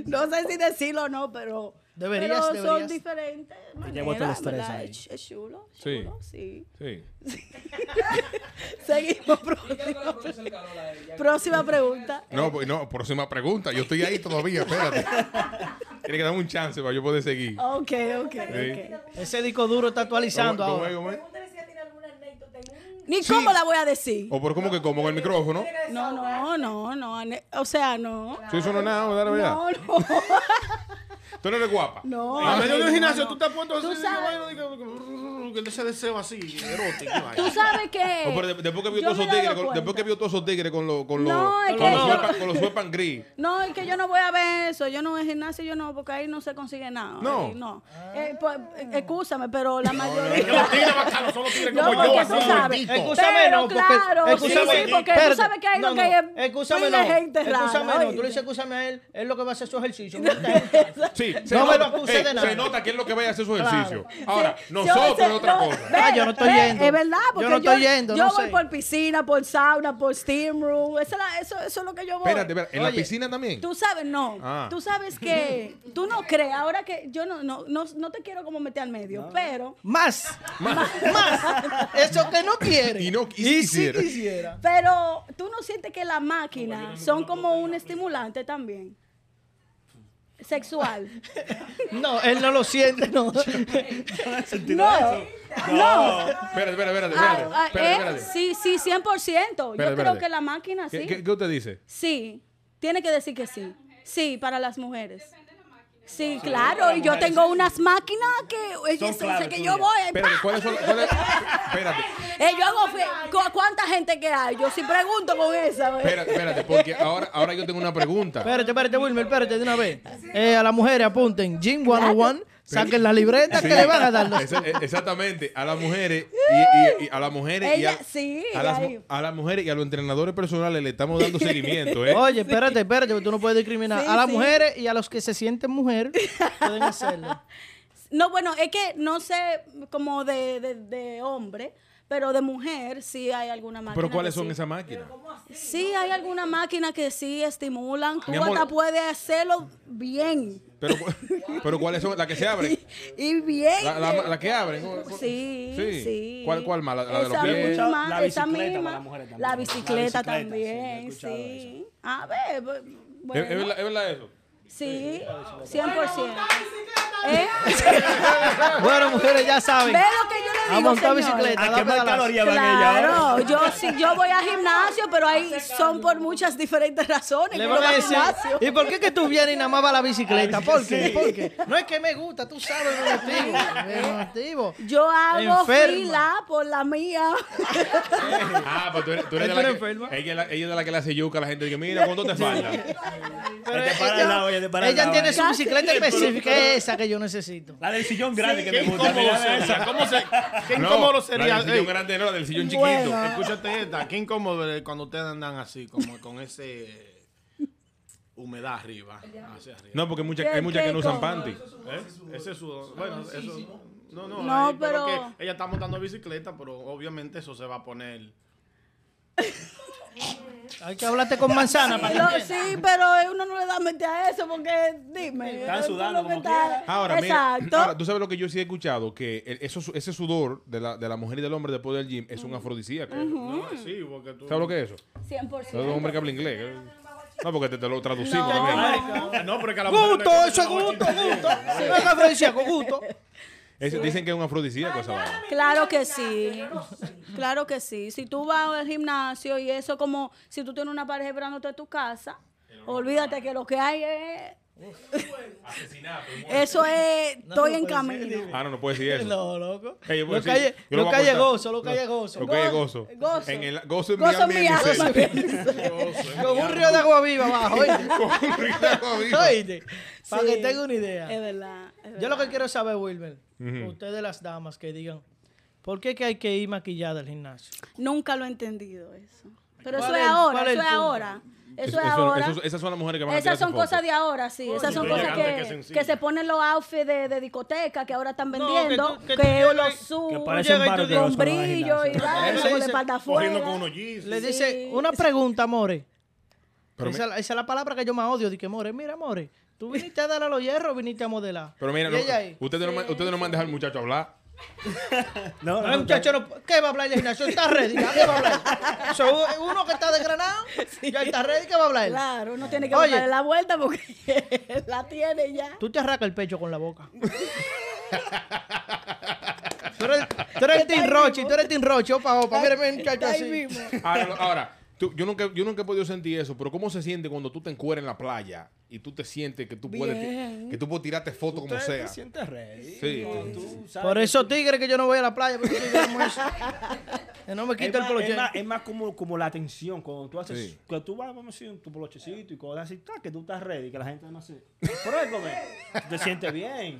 D: no sé si decirlo o no, pero,
C: Deberías,
D: pero son
C: deberías.
D: diferentes
B: llevo todo el
D: maneras,
B: estrés
D: ¿verdad?
B: ahí.
D: Es, es chulo,
A: Sí.
D: chulo, sí.
A: Sí.
D: Seguimos, próxima, próxima pregunta.
A: No, pues, no, próxima pregunta. Yo estoy ahí todavía, espérate. Tiene que darme un chance para yo poder seguir.
D: Ok, ok,
A: Sí.
D: ok.
C: Ese disco duro está actualizando
A: ¿Cómo- cómo
C: ahora.
A: es, cómo es?
F: Pregúntale si ella tiene alguna anécdota en un...
D: Ni cómo la voy a decir.
A: O por cómo que como con el micrófono.
D: No, no, no, no. ane- O sea, no.
A: Sí, eso no es nada, ¿verdad? la verdad?
D: No, no.
A: Tú no eres guapa.
D: No.
A: Ah,
E: A medio de un gimnasio, tú te has puesto
D: Tú
E: así,
D: sabes.
E: vaina, digo, que ese deseo así, erótico.
D: Tú
E: vaina.
D: sabes
A: No, pero de-
D: que.
A: después que vio
D: Yo
A: todos esos
D: me he dado
A: tigres, con, después
D: cuenta.
A: que vio todos esos tigres con los con los
D: No, es
A: con
D: que
A: los
D: yo-
A: suepan- con los suepan gris.
D: No, es que yo no voy a ver eso. Yo no en gimnasio, yo no, porque ahí no se consigue nada.
A: No.
D: Ahí no. Eh, pues, eh, excúsame, pero la
E: Que los
D: mayoría.
E: tigres bacanos son los tigres
D: No,
E: como yo,
D: porque
E: así,
D: tú sabes.
E: gordito.
C: Excúsame,
D: Pero
C: no, porque-
D: claro,
C: excúsame,
E: sí, sí,
D: porque tú
C: espérate.
D: sabes que ahí lo que hay es
C: excúsame,
D: pila de
C: no,
D: gente rara,
C: excúsame, no, tú
D: oíste.
C: le dices excúsame a él, él lo que va a hacer su ejercicio. Mira,
A: Sí,
C: No me lo
A: nota- eh,
C: acuse de nada.
A: Se nota que es lo que vaya a hacer su
C: Claro.
A: ejercicio. Ahora,
D: Sí,
A: nosotros
D: yo-
A: es otra
D: no,
A: cosa.
D: ve,
C: Ah, yo no estoy
D: ve,
C: yendo.
D: Es verdad,
C: Yo
D: porque
C: no estoy yendo,
D: yo
C: no
D: voy
C: sé.
D: por piscina, por sauna, por steam room. Esa es la- eso, eso es lo que yo voy.
A: Espérate, espérate, en la
C: Oye,
A: piscina también.
D: Tú sabes, no.
A: Ah.
D: Tú sabes que tú no crees. Ahora que yo no, no, no, no te quiero como meter al medio, pero,
C: Más, más, eso que no quiere.
A: Y no
C: y si
A: quisiera.
C: quisiera.
D: pero tú no sientes que las máquinas son como un estimulante también. Sexual.
C: No, él no lo siente, no.
D: No, no.
A: Espérate, espérate, espérate,
D: Ah,
A: espérate.
D: ah,
A: espérate,
D: eh,
A: espérate.
D: Sí, sí, 100%.
A: Espérate,
D: Yo creo
A: espérate.
D: que la máquina
A: ¿Qué-
D: sí.
A: ¿Qué, qué usted dice?
D: Sí, tiene que decir que sí. Sí, para las mujeres. Sí, claro, y yo tengo unas máquinas que eh, oye, sé- sé que yo voy.
A: Espérate,
D: ¡pa!
A: ¿cuáles son las- cuáles- Espérate,
D: Eh, yo hago fe- cu- cuánta gente que hay. Yo sí pregunto con esa. ¿eh?
A: espérate, espérate, porque ahora, ahora yo tengo una pregunta.
C: Espérate, espérate, Wilmer, espérate de una vez. Eh, a las mujeres apunten, Gym 101, saquen la libreta
A: Sí.
C: que le van a dar los
A: Esa- e- exactamente, a las mujeres y, y- y a las mujeres y a,
D: Ella- sí,
A: a las,
D: ahí.
A: mu- a las mujeres y a los entrenadores personales le estamos dando seguimiento, ¿eh?
C: Oye, espérate, espérate, porque tú no puedes discriminar
D: Sí,
C: a las
D: sí.
C: mujeres y a los que se sienten mujer pueden hacerlo.
D: No, bueno, es que no sé como de, de- de hombre, pero de mujer sí hay alguna máquina.
A: Pero ¿cuáles
D: que
A: son
D: sí.
A: esas máquinas?
D: Sí, hay alguna máquina que sí estimulan. Tú
A: Mi amor.
D: hasta puedes hacerlo bien.
A: Pero, cu- pero ¿cuáles son? ¿La que se abre?
D: Y bien.
A: ¿La, la- la que abre? ¿Cómo- cómo-
D: Sí, sí.
A: ¿Cuál, cuál más? ¿La, la de los
D: Esa
A: pies?
D: misma,
B: La
D: esa
B: bicicleta para
D: misma.
B: las mujeres también.
D: La
B: La
D: bicicleta
B: bicicleta, sí,
D: también,
B: yo he escuchado
D: sí. A ver, bu-
A: ¿Es, es
D: bueno,
A: verdad, es verdad eso?
D: sí, 100%. ¿Eh?
C: Bueno, mujeres, ya saben.
D: Ve lo que yo le digo,
C: A montar
D: señores.
C: bicicleta.
G: ¿A
C: da
G: qué más
C: pedalazo.
G: calorías van ella?
D: Claro, yo sí, yo voy al gimnasio, pero ahí son por muchas diferentes razones.
C: Le
D: que
C: van
D: uno
C: a
D: va al
C: decir,
D: gimnasio.
C: ¿y por qué que tú vienes y nada más vas a la bicicleta? ¿Por qué? ¿Por qué? No es que me gusta, tú sabes mi motivo. Mi motivo.
D: Yo hago
C: Enferma.
D: fila por la mía.
A: Ah, pero tú eres, tú eres de
C: Ella
A: la
C: está
A: que,
C: enferma.
A: ella, es la- ella es de la que le hace yuca a la gente. Dice, mira, ¿cuánto te falta?
C: Pero
G: te Este para al lado, ella te para al
C: ella
G: lado.
C: tiene su bicicleta específica, esa que yo necesito.
G: La del sillón grande que
E: Qué
G: me gusta.
E: incómodo
G: mira,
E: sería.
G: esa.
E: ¿Cómo se, qué
A: No,
E: incómodo
A: La
E: sería.
A: del sillón
E: ey,
A: grande, no, la del sillón
D: Bueno.
A: chiquito.
E: Escúchate esta, qué incómodo es cuando ustedes andan así, como con ese humedad arriba, hacia arriba.
A: No, porque mucha-
D: Qué
A: hay muchas que no usan
D: rico.
A: panty.
E: ¿Eh? Ese es su... Bueno, eso... No, no,
D: Ah, No,
E: ahí, pero...
D: pero-
E: que ella está montando bicicleta, pero obviamente eso se va a poner...
C: Hay que hablarte con manzana para que
D: Lo-
C: entiendas.
D: sí, pero uno no le da mente a eso porque, dime.
G: Están
D: tú
G: sudando
D: lo que
G: como
D: estás-
A: Ahora, mira,
D: Exacto.
A: ahora, tú sabes lo que yo sí he escuchado, que el- eso, su- ese sudor de la, de la mujer y del hombre después del gym es un afrodisíaco.
D: ¿Eh?
E: No, sí, porque tú...
A: ¿Sabes lo que es eso?
D: 100%.
A: Es un hombre que habla inglés. ¿eh? No, porque te, te lo traducimos
D: No.
A: también.
E: Ah, No, pero es que a la mujer
C: Gusto,
E: le gusta
C: eso es
E: la
C: gusto,
E: guachita.
C: gusto. Es afrodisíaco, gusto.
A: Es- dicen que es un afrodisíaco esa vaina.
D: Claro que sí. Claro que sí. Si tú vas al gimnasio y eso como si tú tienes una pareja esperándote en tu casa, olvídate que lo que hay es... Eso es... Estoy en camino.
A: Ah, no, no puedes decir eso.
C: No, loco.
A: Ey, yo puedo
C: Lo que hay-
A: decir, pues, yo
C: lo
A: voy
C: que
A: a
C: hay es
A: cortar.
C: gozo, lo que hay es gozo.
A: Lo que hay es
D: Gozo,
A: gozo.
D: gozo.
A: En el gozo en
D: Gozo
A: Miami,
D: en mi alma.
A: dice.
C: Con un río de agua viva abajo, oíste. Oíste. Para que
D: Sí.
C: tenga una idea.
D: Es verdad. es
C: Yo
D: verdad.
C: lo que quiero saber, Wilmer, ustedes las damas que digan, ¿por qué que hay que ir maquillada al gimnasio?
D: Nunca lo he entendido eso. Pero
C: ¿Cuál
D: eso es
C: es-
D: ahora,
C: cuál es
D: eso
C: el
D: es
C: punto?
D: ahora. Eso
A: Eso-
D: es
A: eso-
D: ahora.
A: eso- esas son las mujeres que van a
D: Esas
A: tirarse
D: son
A: fotos.
D: cosas de ahora, sí. Esas son
E: pero
D: cosas
E: elegante, qué
D: que,
E: sencillo.
D: que se ponen los outfits de, de discoteca que ahora están
C: No, que
D: vendiendo,
C: tú- que
D: que,
C: tú llegas
D: los
C: y-
G: Que
D: suben
G: parece un
C: llegas y
G: barrio
C: tú
G: de
D: con
G: los que van al
D: brillo y
G: gimnasio.
D: vaina,
C: Eso
D: con la
C: dice,
D: espalda
E: Corriendo
D: afuera.
E: con unos jeans.
C: Le
D: Sí.
C: dice, una pregunta, More.
A: Pero
C: esa, esa es la palabra que yo más odio, de que More, mira, More, ¿tú viniste a dar a los hierros o viniste a modelar?
A: Pero mira,
C: Y
A: no,
C: ella ahí,
A: ustedes, no, man- ustedes no mandan al muchacho hablar.
G: No,
C: "Ay,
G: no,
C: muchacho, no, ¿qué va a hablar el gimnasio? Está ready, ¿a ¿qué va a hablar? So, uno que está desgranado, ya está ready, ¿qué va a hablar él?
D: Claro, uno tiene que
C: Oye.
D: darle la vuelta porque la tiene ya.
C: Tú te arrancas el pecho con la boca. tú eres, tú eres el Team Rochi, tú eres Team Rochi, opa, opa, mira, mira, muchacho,
D: Está ahí
C: así.
D: mismo.
A: Ahora, lo- ahora, tú- yo, nunca, yo nunca he podido sentir eso, pero ¿cómo se siente cuando tú te encueras en la playa y tú te sientes que tú puedes, ti-
D: Bien.
A: que tú puedes tirarte fotos como sea?
G: Te sientes ready.
A: Sí,
G: Tú-
A: tú-
G: tú sabes
C: Por
G: que
C: eso, tigre, que yo no voy a la playa, porque yo como eso. Que no me
G: Es
C: quito el
G: más, es
C: poloche.
G: más- es más como, como la atención. Cuando tú haces.
A: Sí.
G: Cuando tú vas, vamos a decir, en tu polochecito y cosas así, ta, que tú estás ready, que la gente no se. Pero es como, Te sientes bien.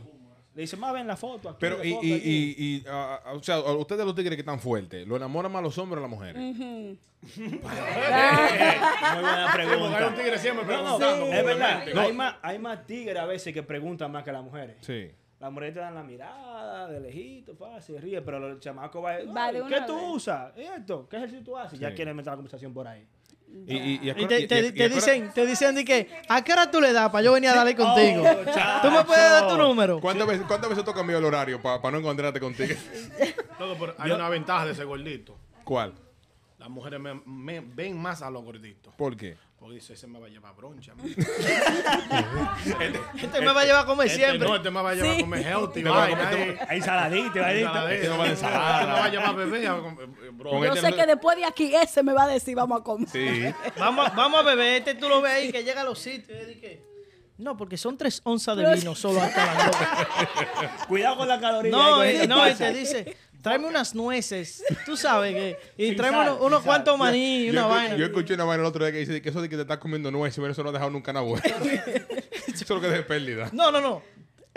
G: Le dice, más ven la foto. Aquí,
A: Pero,
G: la
A: y,
G: foto
A: y,
G: aquí".
A: y, y, ah, ah, o sea, a ustedes los tigres que están fuertes, ¿lo enamoran más los hombres o las mujeres?
G: Muy buena
E: Porque hay un
G: pregunta.
E: tigre siempre
G: No, no,
E: preguntando.
G: es verdad.
E: obviamente.
G: Hay, más, hay más tigres a veces que preguntan más que las mujeres.
A: Sí.
G: Las mujeres te dan la mirada de lejito, pa, se ríe, pero el chamaco va a decir,
D: Va de
G: ¿qué
D: una
G: tú
D: vez".
G: usas? ¿Esto? ¿Qué ejercicio tú haces? Ya
A: Sí.
G: quieren meter la conversación por ahí.
A: Y, y- y acuera-
C: Y te,
A: y-
C: te-
A: y- y
C: te
A: acuera-
C: dicen, te dicen de que, ¿a qué hora tú le das para yo venir a darle contigo?
G: chacho.
C: ¿Tú me puedes dar tu número?
A: ¿Cuántas veces, ¿Cuántas veces tú has cambiado el horario para no encontrarte contigo?
E: Todo por- hay una ventaja de ese gordito.
A: ¿Cuál?
E: Las mujeres me- me ven más a los gorditos.
A: ¿Por qué?
E: Porque dice, ese me va a llevar broncha. man.
C: Este me va a llevar a comer
E: Este
C: siempre.
E: No, este me va a llevar a comer healthy.
A: Te va a
E: vaina,
G: este
A: comer-
E: eh.
G: Ahí saladito, ahí
A: Este no va a ensalada.
E: Este me va a llevar bebé. a com- eh, bro.
A: Con
D: Yo
A: este
D: sé
A: no-
D: que después de aquí ese me va a decir vamos a comer.
A: Sí.
C: Vamos, vamos a beber, este tú lo ves ahí, que llega a los sitios. y es de que, No, porque son tres onzas de vino solo hasta la boca.
G: Cuidado con la caloría.
C: No,
G: ahí,
C: eh,
G: con-
C: no, y te dice, tráeme unas nueces, tú sabes que, y
G: Sin
C: tráeme
G: sal,
C: unos,
G: sin
C: unos
G: sal.
C: cuantos maní y
A: Yo,
C: una
A: escu-
C: vaina.
A: yo escuché una vaina el otro día que dice que eso de que te estás comiendo nueces, pero eso no ha dejado nunca nada bueno. eso es lo que es de pérdida.
C: No, no, no.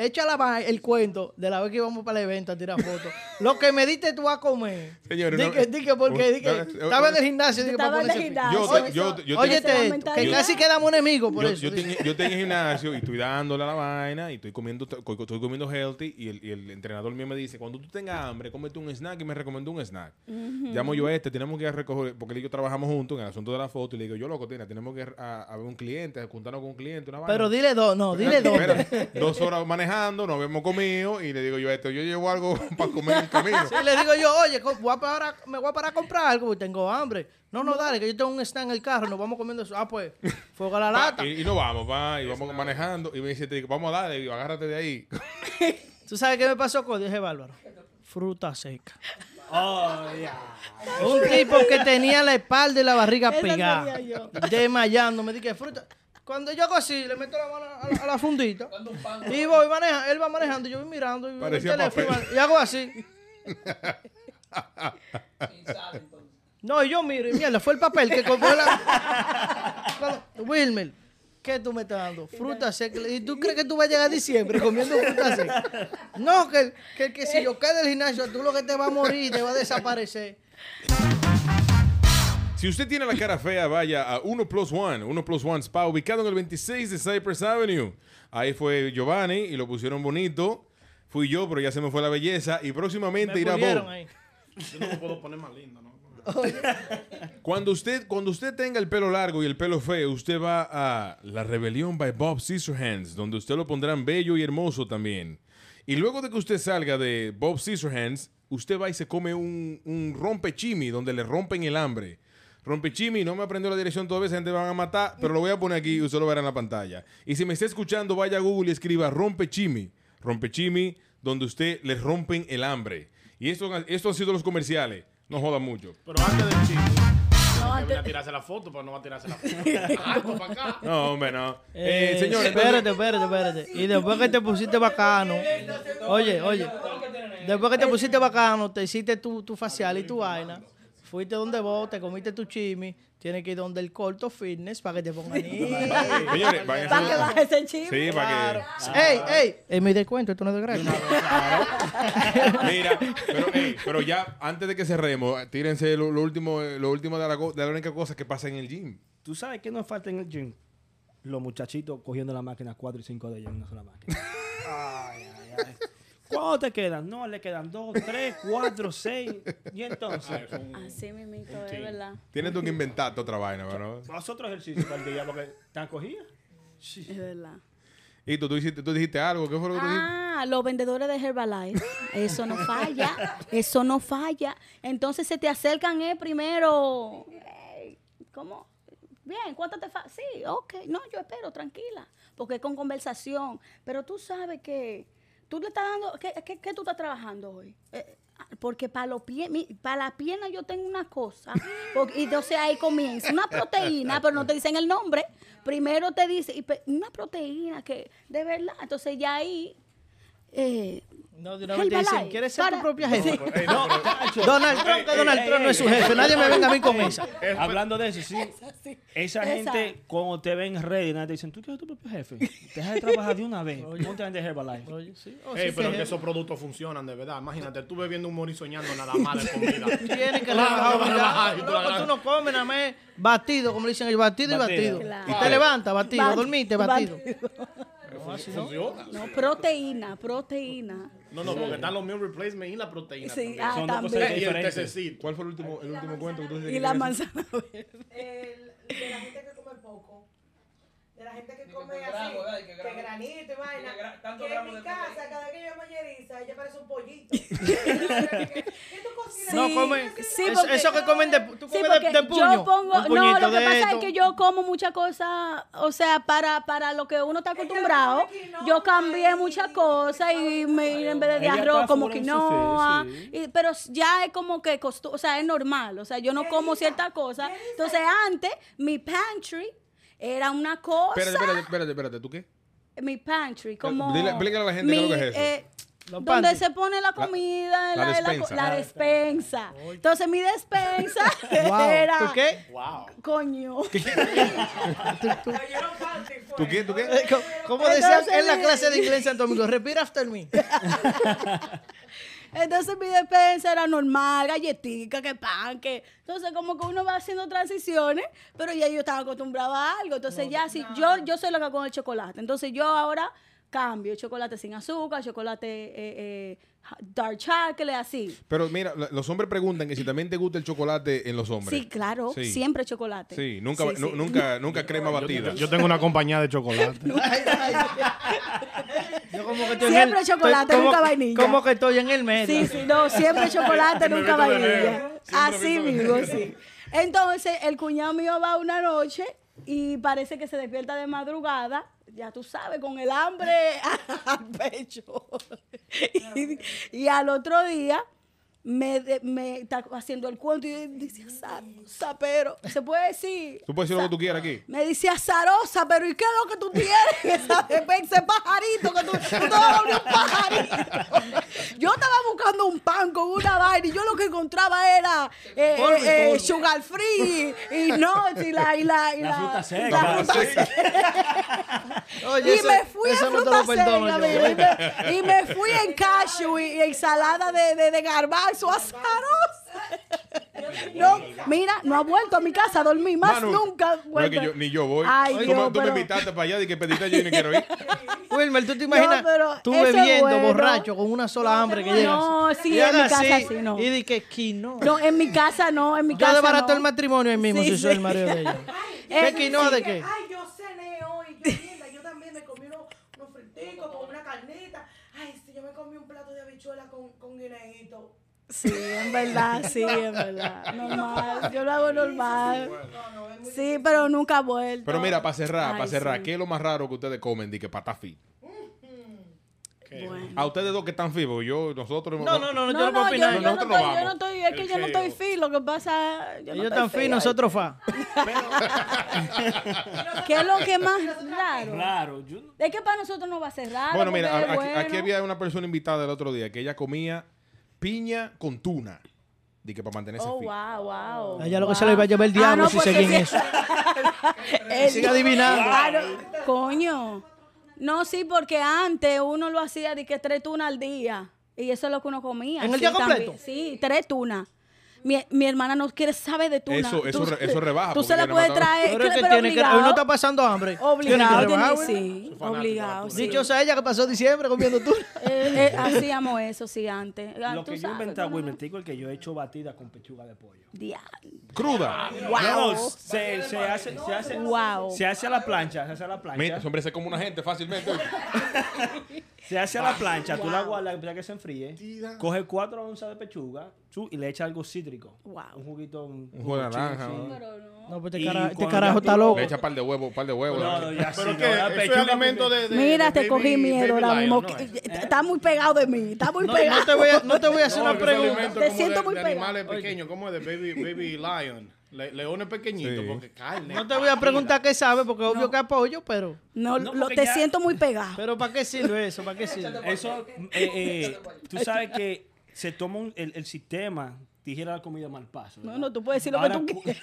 C: Echa la va- el cuento de la vez que íbamos para el evento a tirar fotos. Lo que me diste tú a comer.
A: Señores,
C: di
A: no-
C: que, di que porque di que
A: Una-
C: estaba en el gimnasio. di que para
D: Estaba en el
C: ponerse fit.
D: gimnasio,
A: Yo te- yo te- yo
D: eso-
A: te-
D: ese era
C: Óyete,
D: la
C: esto, que
D: mentalidad.
C: casi quedamos enemigos por
A: Yo,
C: eso.
A: yo,
C: dice.
A: tenía, yo tenía gimnasio y estoy dándole a la vaina y estoy comiendo, co- co- estoy comiendo healthy y el, y el entrenador mío me dice, cuando tú tengas hambre, cómete un snack y me recomendó un snack. Llamo yo a este, tenemos que ir a recoger, porque él y yo trabajamos juntos en el asunto de la foto y le digo, yo loco, tina, tenemos que ir a, a ver un cliente, a juntarnos con un cliente, una vaina.
C: Pero dile dos, no, dile dos.
A: Espérate, dos horas manejando, nos habíamos comido y le digo yo a este, yo llevo algo para comer en el camino.
C: Y le digo yo, oye, co- voy a parar- me voy a parar a comprar algo porque tengo hambre. No, no, dale, que yo tengo un stand en el carro, nos vamos comiendo eso. Ah, pues, fuego a
A: Pa,
C: la lata.
A: y, y nos vamos, pa, y vamos manejando. Y me dice, te digo, vamos a darle, digo, agárrate de ahí.
C: ¿Tú sabes qué me pasó con Dije, bárbaro. fruta seca.
G: Oh, yeah.
C: Un tipo que tenía la espalda y la barriga
D: Esa
C: pegada.
D: sería yo.
C: Desmayando, me dije, fruta. Cuando yo hago así, le meto la mano a la, a la fundita. Y voy manejando, él va manejando, yo voy mirando. Y, veo el
A: Parecía
C: teléfono,
A: papel.
C: y hago así. No, y yo miro, y mierda, fue el papel que compró la. Wilmer, ¿qué tú me estás dando? Fruta seca. ¿Y tú crees que tú vas a llegar a diciembre comiendo fruta seca? No, que, que, que si yo quedo del gimnasio, tú lo que te vas a morir, te va a desaparecer.
A: Si usted tiene la cara fea, vaya a 1 Plus One, 1 Plus One Spa, ubicado en el 26 de Cypress Avenue. Ahí fue Giovanni y lo pusieron bonito. Fui yo, pero ya se me fue la belleza. Y próximamente
C: Me
A: irá
C: pulieron
A: Bob.
C: ahí.
E: Yo no me puedo poner más lindo, ¿no?
A: Cuando usted, cuando usted tenga el pelo largo y el pelo feo, usted va a La Rebelión by Bob Scissorhands, donde usted lo pondrán bello y hermoso también. Y luego de que usted salga de Bob Scissorhands, usted va y se come un, un rompechimi donde le rompen el hambre. Rompechimi, no me aprendió la dirección todavía, esa gente me van a matar, pero lo voy a poner aquí y usted lo verá en la pantalla. Y si me está escuchando, vaya a Google y escriba rompechimi. Rompechimi, donde usted le rompen el hambre. Y esto, esto han sido los comerciales. No joda mucho.
E: Pero antes del chiste.
D: No,
E: Voy a
D: antes-
E: tirarse la foto, pero no va a tirarse la foto. Alto para acá.
A: No, hombre, no. Eh,
C: Eh,
A: señores,
C: espérate,
A: entonces-
C: espérate, espérate. Y después que te pusiste bacano, oye, oye, después que te pusiste bacano, te hiciste tu, tu facial y tu vaina, fuiste donde vos, te comiste tu chimi, tienes que ir donde el corto fitness para que te pongan ahí.
A: señores, van a
D: Para que
A: hacer-
D: baje ese chisme.
A: Sí, para
C: ¡Ey, ey! En mi descuento, esto no es de gratis.
A: que. Mira, pero, ey, pero ya, antes de que cerremos, tírense lo, lo último, eh, lo último de, la, go- de la única cosa que pasa en el gym.
G: ¿Tú sabes qué nos falta en el gym? Los muchachitos cogiendo la máquina 4 y 5 de ellos en una sola máquina. Ay, ay, ay. ¿Cuánto te quedan? No, le quedan 2, 3, 4, 6. Y entonces,
D: Así mismito, es verdad.
A: Tienes tú que inventarte otra vaina, ¿verdad?
G: nosotros ejercicios para el día porque están cogidas.
D: Es verdad.
A: Y tú, tú, hiciste, tú dijiste algo, ¿qué fue lo que tú dijiste?
D: Ah, los vendedores de Herbalife. Eso no falla. Eso no falla. Entonces se te acercan eh, primero. eh, ¿Cómo? Bien, ¿cuánto te falta? Sí, ok. No, yo espero, tranquila. Porque es con conversación. Pero tú sabes que tú le estás dando. ¿Qué, qué- qué tú estás trabajando hoy? Eh, ah, porque para los pies, para las piernas yo tengo una cosa. Porque, y entonces ahí comienza. Una proteína, pero no te dicen el nombre. Primero te dice, y pe- una proteína que, de verdad. Entonces ya ahí. eh,
C: No, de una vez te dicen,
D: Herbalife,
C: ¿quieres ser
D: para-
C: tu propia jefe?
E: Ey, no, pero-
C: Donald Trump, que Donald Trump no es su jefe. Nadie me venga a mí con esa.
G: Eh, Hablando de eso, sí. Esa
D: Esa.
G: gente, cuando te ven ready, nadie te dicen, tú quieres tu propio jefe. Deja de trabajar de una vez. Ponte a vender Herbalife.
C: Oye, sí. Oh,
E: Ey,
C: sí,
E: pero
C: sí,
E: que
C: jefe.
E: esos productos funcionan de verdad. Imagínate, tú bebiendo un mori soñando nada más de comida.
C: Tienen que
E: Claro,
C: rebajar
E: van a bajar,
C: obligado.
E: y tú la
C: Loco, tú
E: ganas.
C: no comes nada más batido, como le dicen, el batido, y
G: Batido.
C: batido.
D: Claro.
C: Y te levantas, batido,
D: Bat-
C: dormiste,
D: bat-
C: batido.
E: Funciona.
D: No, proteína, proteína.
E: No, no, porque están los meal replacement y la proteína.
D: Sí,
E: también.
D: ah,
G: Son dos cosas
D: también.
E: y el
G: diferentes.
E: tececito.
A: ¿Cuál fue el último, el último cuento que tú dijiste?
D: Y
A: que
D: la
A: querías
D: manzana verde.
F: El- de la gente que come poco, de la gente que come así, que granito y vaina, que, en mi casa, cada que yo me lleriza, ella parece un pollito. ¿Qué tú cocinas?
D: No,
C: No
D: Sí,
C: comen.
D: sí,
C: es-
D: porque-
C: eso que comen de, tú
D: Sí,
C: comes de,
D: porque
C: de puño.
D: yo pongo,
C: un
D: no,
C: puñito
D: lo que
C: de
D: pasa es
C: esto.
D: que yo como muchas cosas, o sea, para, para lo que uno está acostumbrado,
F: come quinoa
D: yo cambié
F: y-
D: muchas cosas y me, en vez de
G: Ella
D: arroz
G: está
D: como
G: full en su
D: quinoa,
G: fe, sí.
D: y- pero ya es como que costó, o sea, es normal, o sea, yo no como ciertas cosas, entonces antes mi pantry era una cosa,
A: Espérate, espérate, espérate, espérate, ¿tú qué?
D: mi pantry, como...
A: Dile- explícale a la gente qué es lo que es eso.
D: eh,
C: Los
D: donde
C: pantry.
D: se pone la comida,
A: la
D: la, la co-
A: despensa.
D: la
A: Ah.
D: despensa. Entonces mi despensa era...
C: Wow. ¿Tú qué?
E: Wow.
D: Coño.
A: ¿Tú qué? ¿Tú qué?
C: Eh, co- Como
D: Entonces,
C: decían en la
D: mire.
C: clase de inglés en Santo Domingo, repeat after me.
D: Entonces mi despensa era normal, galletica, que pan, que... Entonces como que uno va haciendo transiciones, pero ya yo estaba acostumbrada a algo. Entonces ya sí, yo, yo soy loca con el chocolate. Entonces yo ahora cambio chocolate sin azúcar, chocolate eh, eh, dark chocolate, así.
A: Pero mira, la- los hombres preguntan que si también te gusta el chocolate en los hombres.
D: Sí, claro,
A: Sí.
D: siempre chocolate.
A: Sí, nunca,
D: Sí, sí.
A: nu- nunca, nunca crema batida.
E: Yo tengo una compañía de chocolate.
C: Yo como que
D: Siempre chocolate,
C: como-
D: nunca vainilla.
C: Como que estoy en el medio.
D: Sí, sí, no, siempre chocolate,
E: Me
D: nunca
E: visto de negro.
D: vainilla.
A: Siempre
D: Así
A: visto de
D: mismo, sí. Entonces, el cuñado mío va una noche y parece que se despierta de madrugada, ya tú sabes, con el hambre al pecho. y, y al otro día me, de- me está haciendo el cuento y dice, "Sa- sapero, ¿se puede decir?
A: Tú puedes decir lo que tú quieras aquí.
D: Me dice azarosa, pero ¿y qué es lo que tú tienes? Esa- Ese pajarito que tú, tú te vas a volver un pajarito. Yo estaba buscando un pan con una vaina y yo lo que encontraba era eh,
E: Polvo y
D: eh,
E: polvo.
D: sugar free y nuts y la, y la, y
G: La fruta seca.
D: la
G: La
D: fruta
A: fruta
D: seca.
C: Oye,
D: Y
C: ese-
D: me fui a
C: ese no te
D: fruta
C: lo perdono yo.
D: seca, mira, y, me, y me fui en cashew y, y ensalada de, de, de garbanzo azarosa. No, mira, no ha vuelto a mi casa a dormir más
A: Manu,
D: nunca. ha
A: No es
D: vuelto.
A: que yo, ni yo voy.
D: Ay,
A: Tú,
D: Dios,
A: me- tú me
D: pero-
A: invitaste para allá y que pediste yo y no quiero ir.
C: Wilmer, ¿tú te imaginas
D: pero
C: tú
D: eso es
C: bebiendo
D: bueno.
C: borracho con una sola hambre que llegas?
D: No, sí,
C: Y
D: en
C: haga
D: mi casa sí, no.
C: Y di que quinoa.
D: No, en mi casa no, en mi
C: Yo
D: casa
C: desbarato
D: no.
C: el matrimonio ahí mismo
D: Sí,
C: si
D: sí.
C: soy el marido de ella. ¿Qué
D: Eh,
C: quinoa de qué?
F: Ay, yo cené hoy. Yo, mierda, yo también me comí unos, unos friticos con una carnita. Ay, si yo me comí un plato de habichuela con, con guineíto.
D: Sí, en verdad, sí, en verdad. Normal, yo lo hago normal. Sí, pero nunca ha vuelto.
A: Pero mira, para cerrar,
D: Ay,
A: para cerrar,
D: sí.
A: ¿qué es lo más raro que ustedes comen? Dice, para estar fit.
D: Bueno.
A: A ustedes dos que están fit, porque yo, nosotros...
E: No, no, no, yo
D: No,
E: no
D: no, yo,
E: puedo
D: yo
E: opinar.
D: no
A: Nosotros no
D: estoy, yo
A: vamos.
D: no estoy, es que yo no estoy fit, lo que pasa, yo no
C: Ellos
D: estoy
C: tan
D: fit.
C: finos, nosotros fa.
D: ¿Qué es lo que más raro?
G: Claro, yo no-
D: Es que para nosotros no va a ser raro.
A: Bueno, mira,
D: porque es
A: a- aquí, aquí
D: bueno.
A: había una persona invitada el otro día que ella comía piña con tuna. Dice, que para mantenerse
D: Oh,
A: fit.
D: wow, wow.
C: Allá lo que se le va a llevar
D: Ah,
C: el diablo
D: pues
C: si seguí en eso. Sigue adivinando.
D: Claro, coño. No, sí, porque antes uno lo hacía de que tres tunas al día. Y eso es lo que uno comía.
C: ¿En el
D: Sí,
C: día completo?
D: también. Sí, tres tunas. Mi, mi hermana no quiere saber de tunas.
A: Eso- eso
D: Tú-
A: re- eso rebaja,
D: Tú
A: porque
D: se la
A: ella no
D: puedes
A: mataba.
D: traer.
C: Pero es que
D: pero
C: tiene que.
D: obligado,
C: Uno está pasando hambre.
D: Obligado,
C: Tiene que
D: tiene-
C: rebajar,
D: sí, obligado. sí.
C: Dicho sea ella que pasó diciembre comiendo tú.
D: Eh, eh, hacíamos eso, sí, antes. Ah,
G: lo
D: tú
G: que yo
D: sabes,
G: inventé,
D: tú no-
G: güey, me digo el que yo he hecho batida con pechuga de pollo.
D: Dia- Ah,
A: Cruda.
G: No,
D: Wow.
G: se, se hace, se hace,
D: Wow.
G: se hace a la plancha, se hace a la plancha.
A: Mira, ese hombre se come una gente fácilmente.
G: Se hace a la plancha, tú la guardas para que se enfríe. Coge cuatro onzas de pechuga chu, y le echa algo cítrico.
D: Wow.
G: Un juguito, un,
A: Un jugo de naranja,
G: sí,
A: ¿no?
G: sí.
D: Pero no.
C: No, pues
G: Y
C: este, cara- este
G: cuando
C: carajo
G: ya
C: está
G: tú-
C: loco.
A: Le echa par de huevos, par de huevos.
G: No, no, ya
E: Pero
G: sí,
E: que
G: no, la
E: eso es
G: pechuga
E: alimento
G: con-
E: de. de-
D: Mira,
E: de
D: te cogí
E: baby-
D: miedo
E: baby
D: ahora
E: lion,
D: mismo.
E: ¿no es?
D: que- Está muy pegado de mí, está muy
C: No,
D: pegado.
C: no te voy a, no te voy a hacer
E: No,
C: una
E: porque son
C: pregunta.
E: alimentos
D: Te
E: como
D: siento
E: de-
D: muy
E: de
D: pegado.
E: animales pequeños, como de baby, baby lion. Le- leones pequeñitos,
A: Sí.
E: porque carne.
C: No te voy a preguntar qué sabe, porque obvio que apoyo, pero.
D: No,
G: No,
D: lo,
G: porque
D: te
G: ya-
D: siento muy pegado.
C: Pero ¿para qué sirve eso? ¿Para qué sirve?
G: Eso, eh, eh, tú sabes que se toma un- el, el sistema, tijera la comida mal paso.
D: No,
G: ¿verdad?
D: no, tú puedes decir lo que
G: Ahora
D: tú
G: cu-
D: quieras.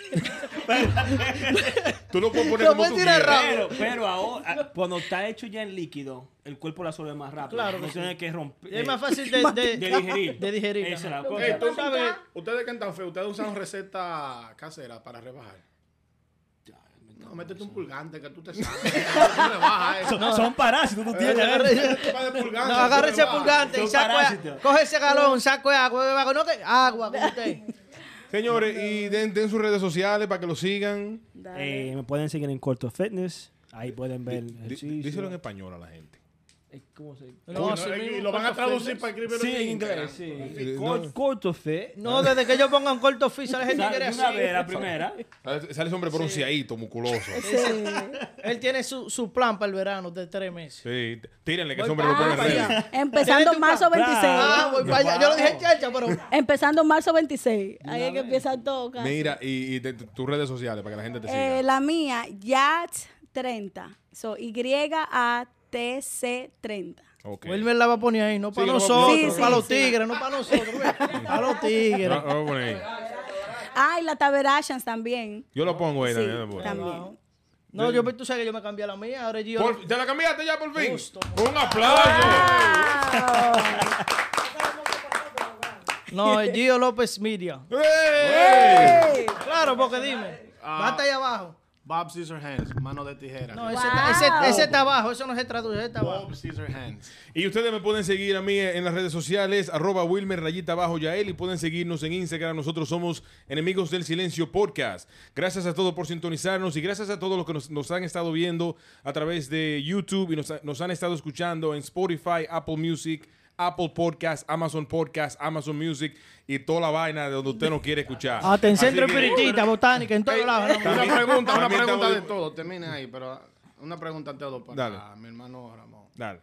A: Tú lo puedes poner
C: Lo
A: como tú
C: puedes tirar
A: quieras.
G: Pero, pero ahora, ah, cuando está hecho ya en líquido, el cuerpo la absorbe más rápido.
C: Claro
G: no
C: que
G: tiene que romper.
C: Es más fácil de, de,
G: de digerir.
C: De digerir.
G: Esa es la
C: ajá.
G: cosa.
E: Ey, tú
F: Vamos
E: sabes,
F: acá.
E: ustedes que están feos, ustedes usan recetas caseras para rebajar. No, métete un pulgante que tú te sabes. que tú rebajas eso.
G: Son, son parásitos, tú
E: Eh,
G: tienes.
E: agárrate- pa' de pulgante,
C: No, agarre ese
E: rebaja.
C: pulgante y
G: Son
C: saco
G: parásitos.
C: agua. Coge ese galón, saco agua, bebe agua. No que agua con usted.
A: Señores, y den, den sus redes sociales para que lo sigan.
D: Dale.
G: Eh, me pueden seguir en Corto Fitness. Ahí pueden ver. el
A: Dí-
G: ejercicio.
A: díselo en español a la gente.
G: Eh, ¿Cómo se dice?
E: Uy, no, eh, y lo van a traducir para escribirlo
G: Sí, en inglés, sí.
A: Sí,
G: Cor-
A: no.
G: Corto Fitness.
C: No, desde que yo ponga un corto oficio, la gente
G: Sa-
C: quiere
G: de
C: así.
G: una vez, la primera.
A: Sale sale ese hombre bronceadito, musculoso.
D: Sí.
C: Él tiene su, su plan para el verano de tres meses.
A: Sí, t- tírenle que ese
C: Voy
A: hombre lo
C: pa'
A: pone
G: Ah,
A: en
C: allá.
A: redes.
D: Empezando
C: tu
D: marzo
G: plan.
D: 26.
C: Ah, voy para allá. Yo lo dije chacha, pero.
D: Empezando marzo 26. Ahí es que empieza todo. casi.
A: Mira, y, y de- de- tus redes sociales para que la gente te siga.
D: Eh, la mía, YAT30. So, Y-A-T-C-30.
A: Ok.
C: Wilmer la va a poner ahí, no para
A: Sí, lo va a
C: nosotros,
D: poner. Sí, sí,
C: para los
D: sí.
C: tigres, no para nosotros. Para los
A: Lo-
C: tigres.
A: lo voy a poner ahí.
D: Ah, y la Taberashans también.
A: Yo lo pongo ahí
D: Sí,
A: también, no me importa.
D: también.
C: No, yo, tú sabes que yo me cambié la mía, ahora yo.
A: Por- ¿Te la cambiaste ya por fin?
C: Justo.
A: Un aplauso.
C: No, es Gio López Media.
A: ¡Ey!
C: Claro, porque dime.
E: Ah.
C: Bata ahí abajo.
E: Bob Scissorhands, mano de tijera.
C: No, ese, está, ese, ese está abajo, eso no se traduce, ese está abajo.
E: Bob Scissorhands.
A: Y ustedes me pueden seguir a mí en las redes sociales, arroba Wilmer rayita abajo Yael, y pueden seguirnos en Instagram. Nosotros somos Enemigos del Silencio Podcast. Gracias a todos por sintonizarnos y gracias a todos los que nos, nos han estado viendo a través de YouTube y nos, nos han estado escuchando en Spotify, Apple Music, Apple Podcast, Amazon Podcast, Amazon Music y toda la vaina de donde usted no quiere escuchar.
C: Atención,
A: Así que-
C: centro espiritista, botánica, en todos lados.
A: También-
E: una pregunta, una
A: también
E: pregunta de
A: estamos-
E: todo. Termina ahí, pero una pregunta antes de todo para
A: Dale.
E: mi hermano Ramón.
A: Dale.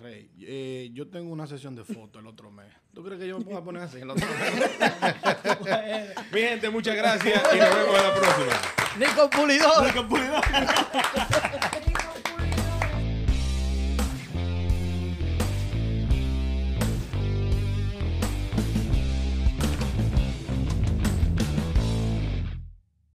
E: Rey, eh, yo tengo una sesión de fotos el otro mes. ¿Tú crees que yo me pueda poner así el otro mes?
A: Mi gente, muchas gracias y nos vemos en la próxima.
C: Nico Pulidor.
G: Porque puedo.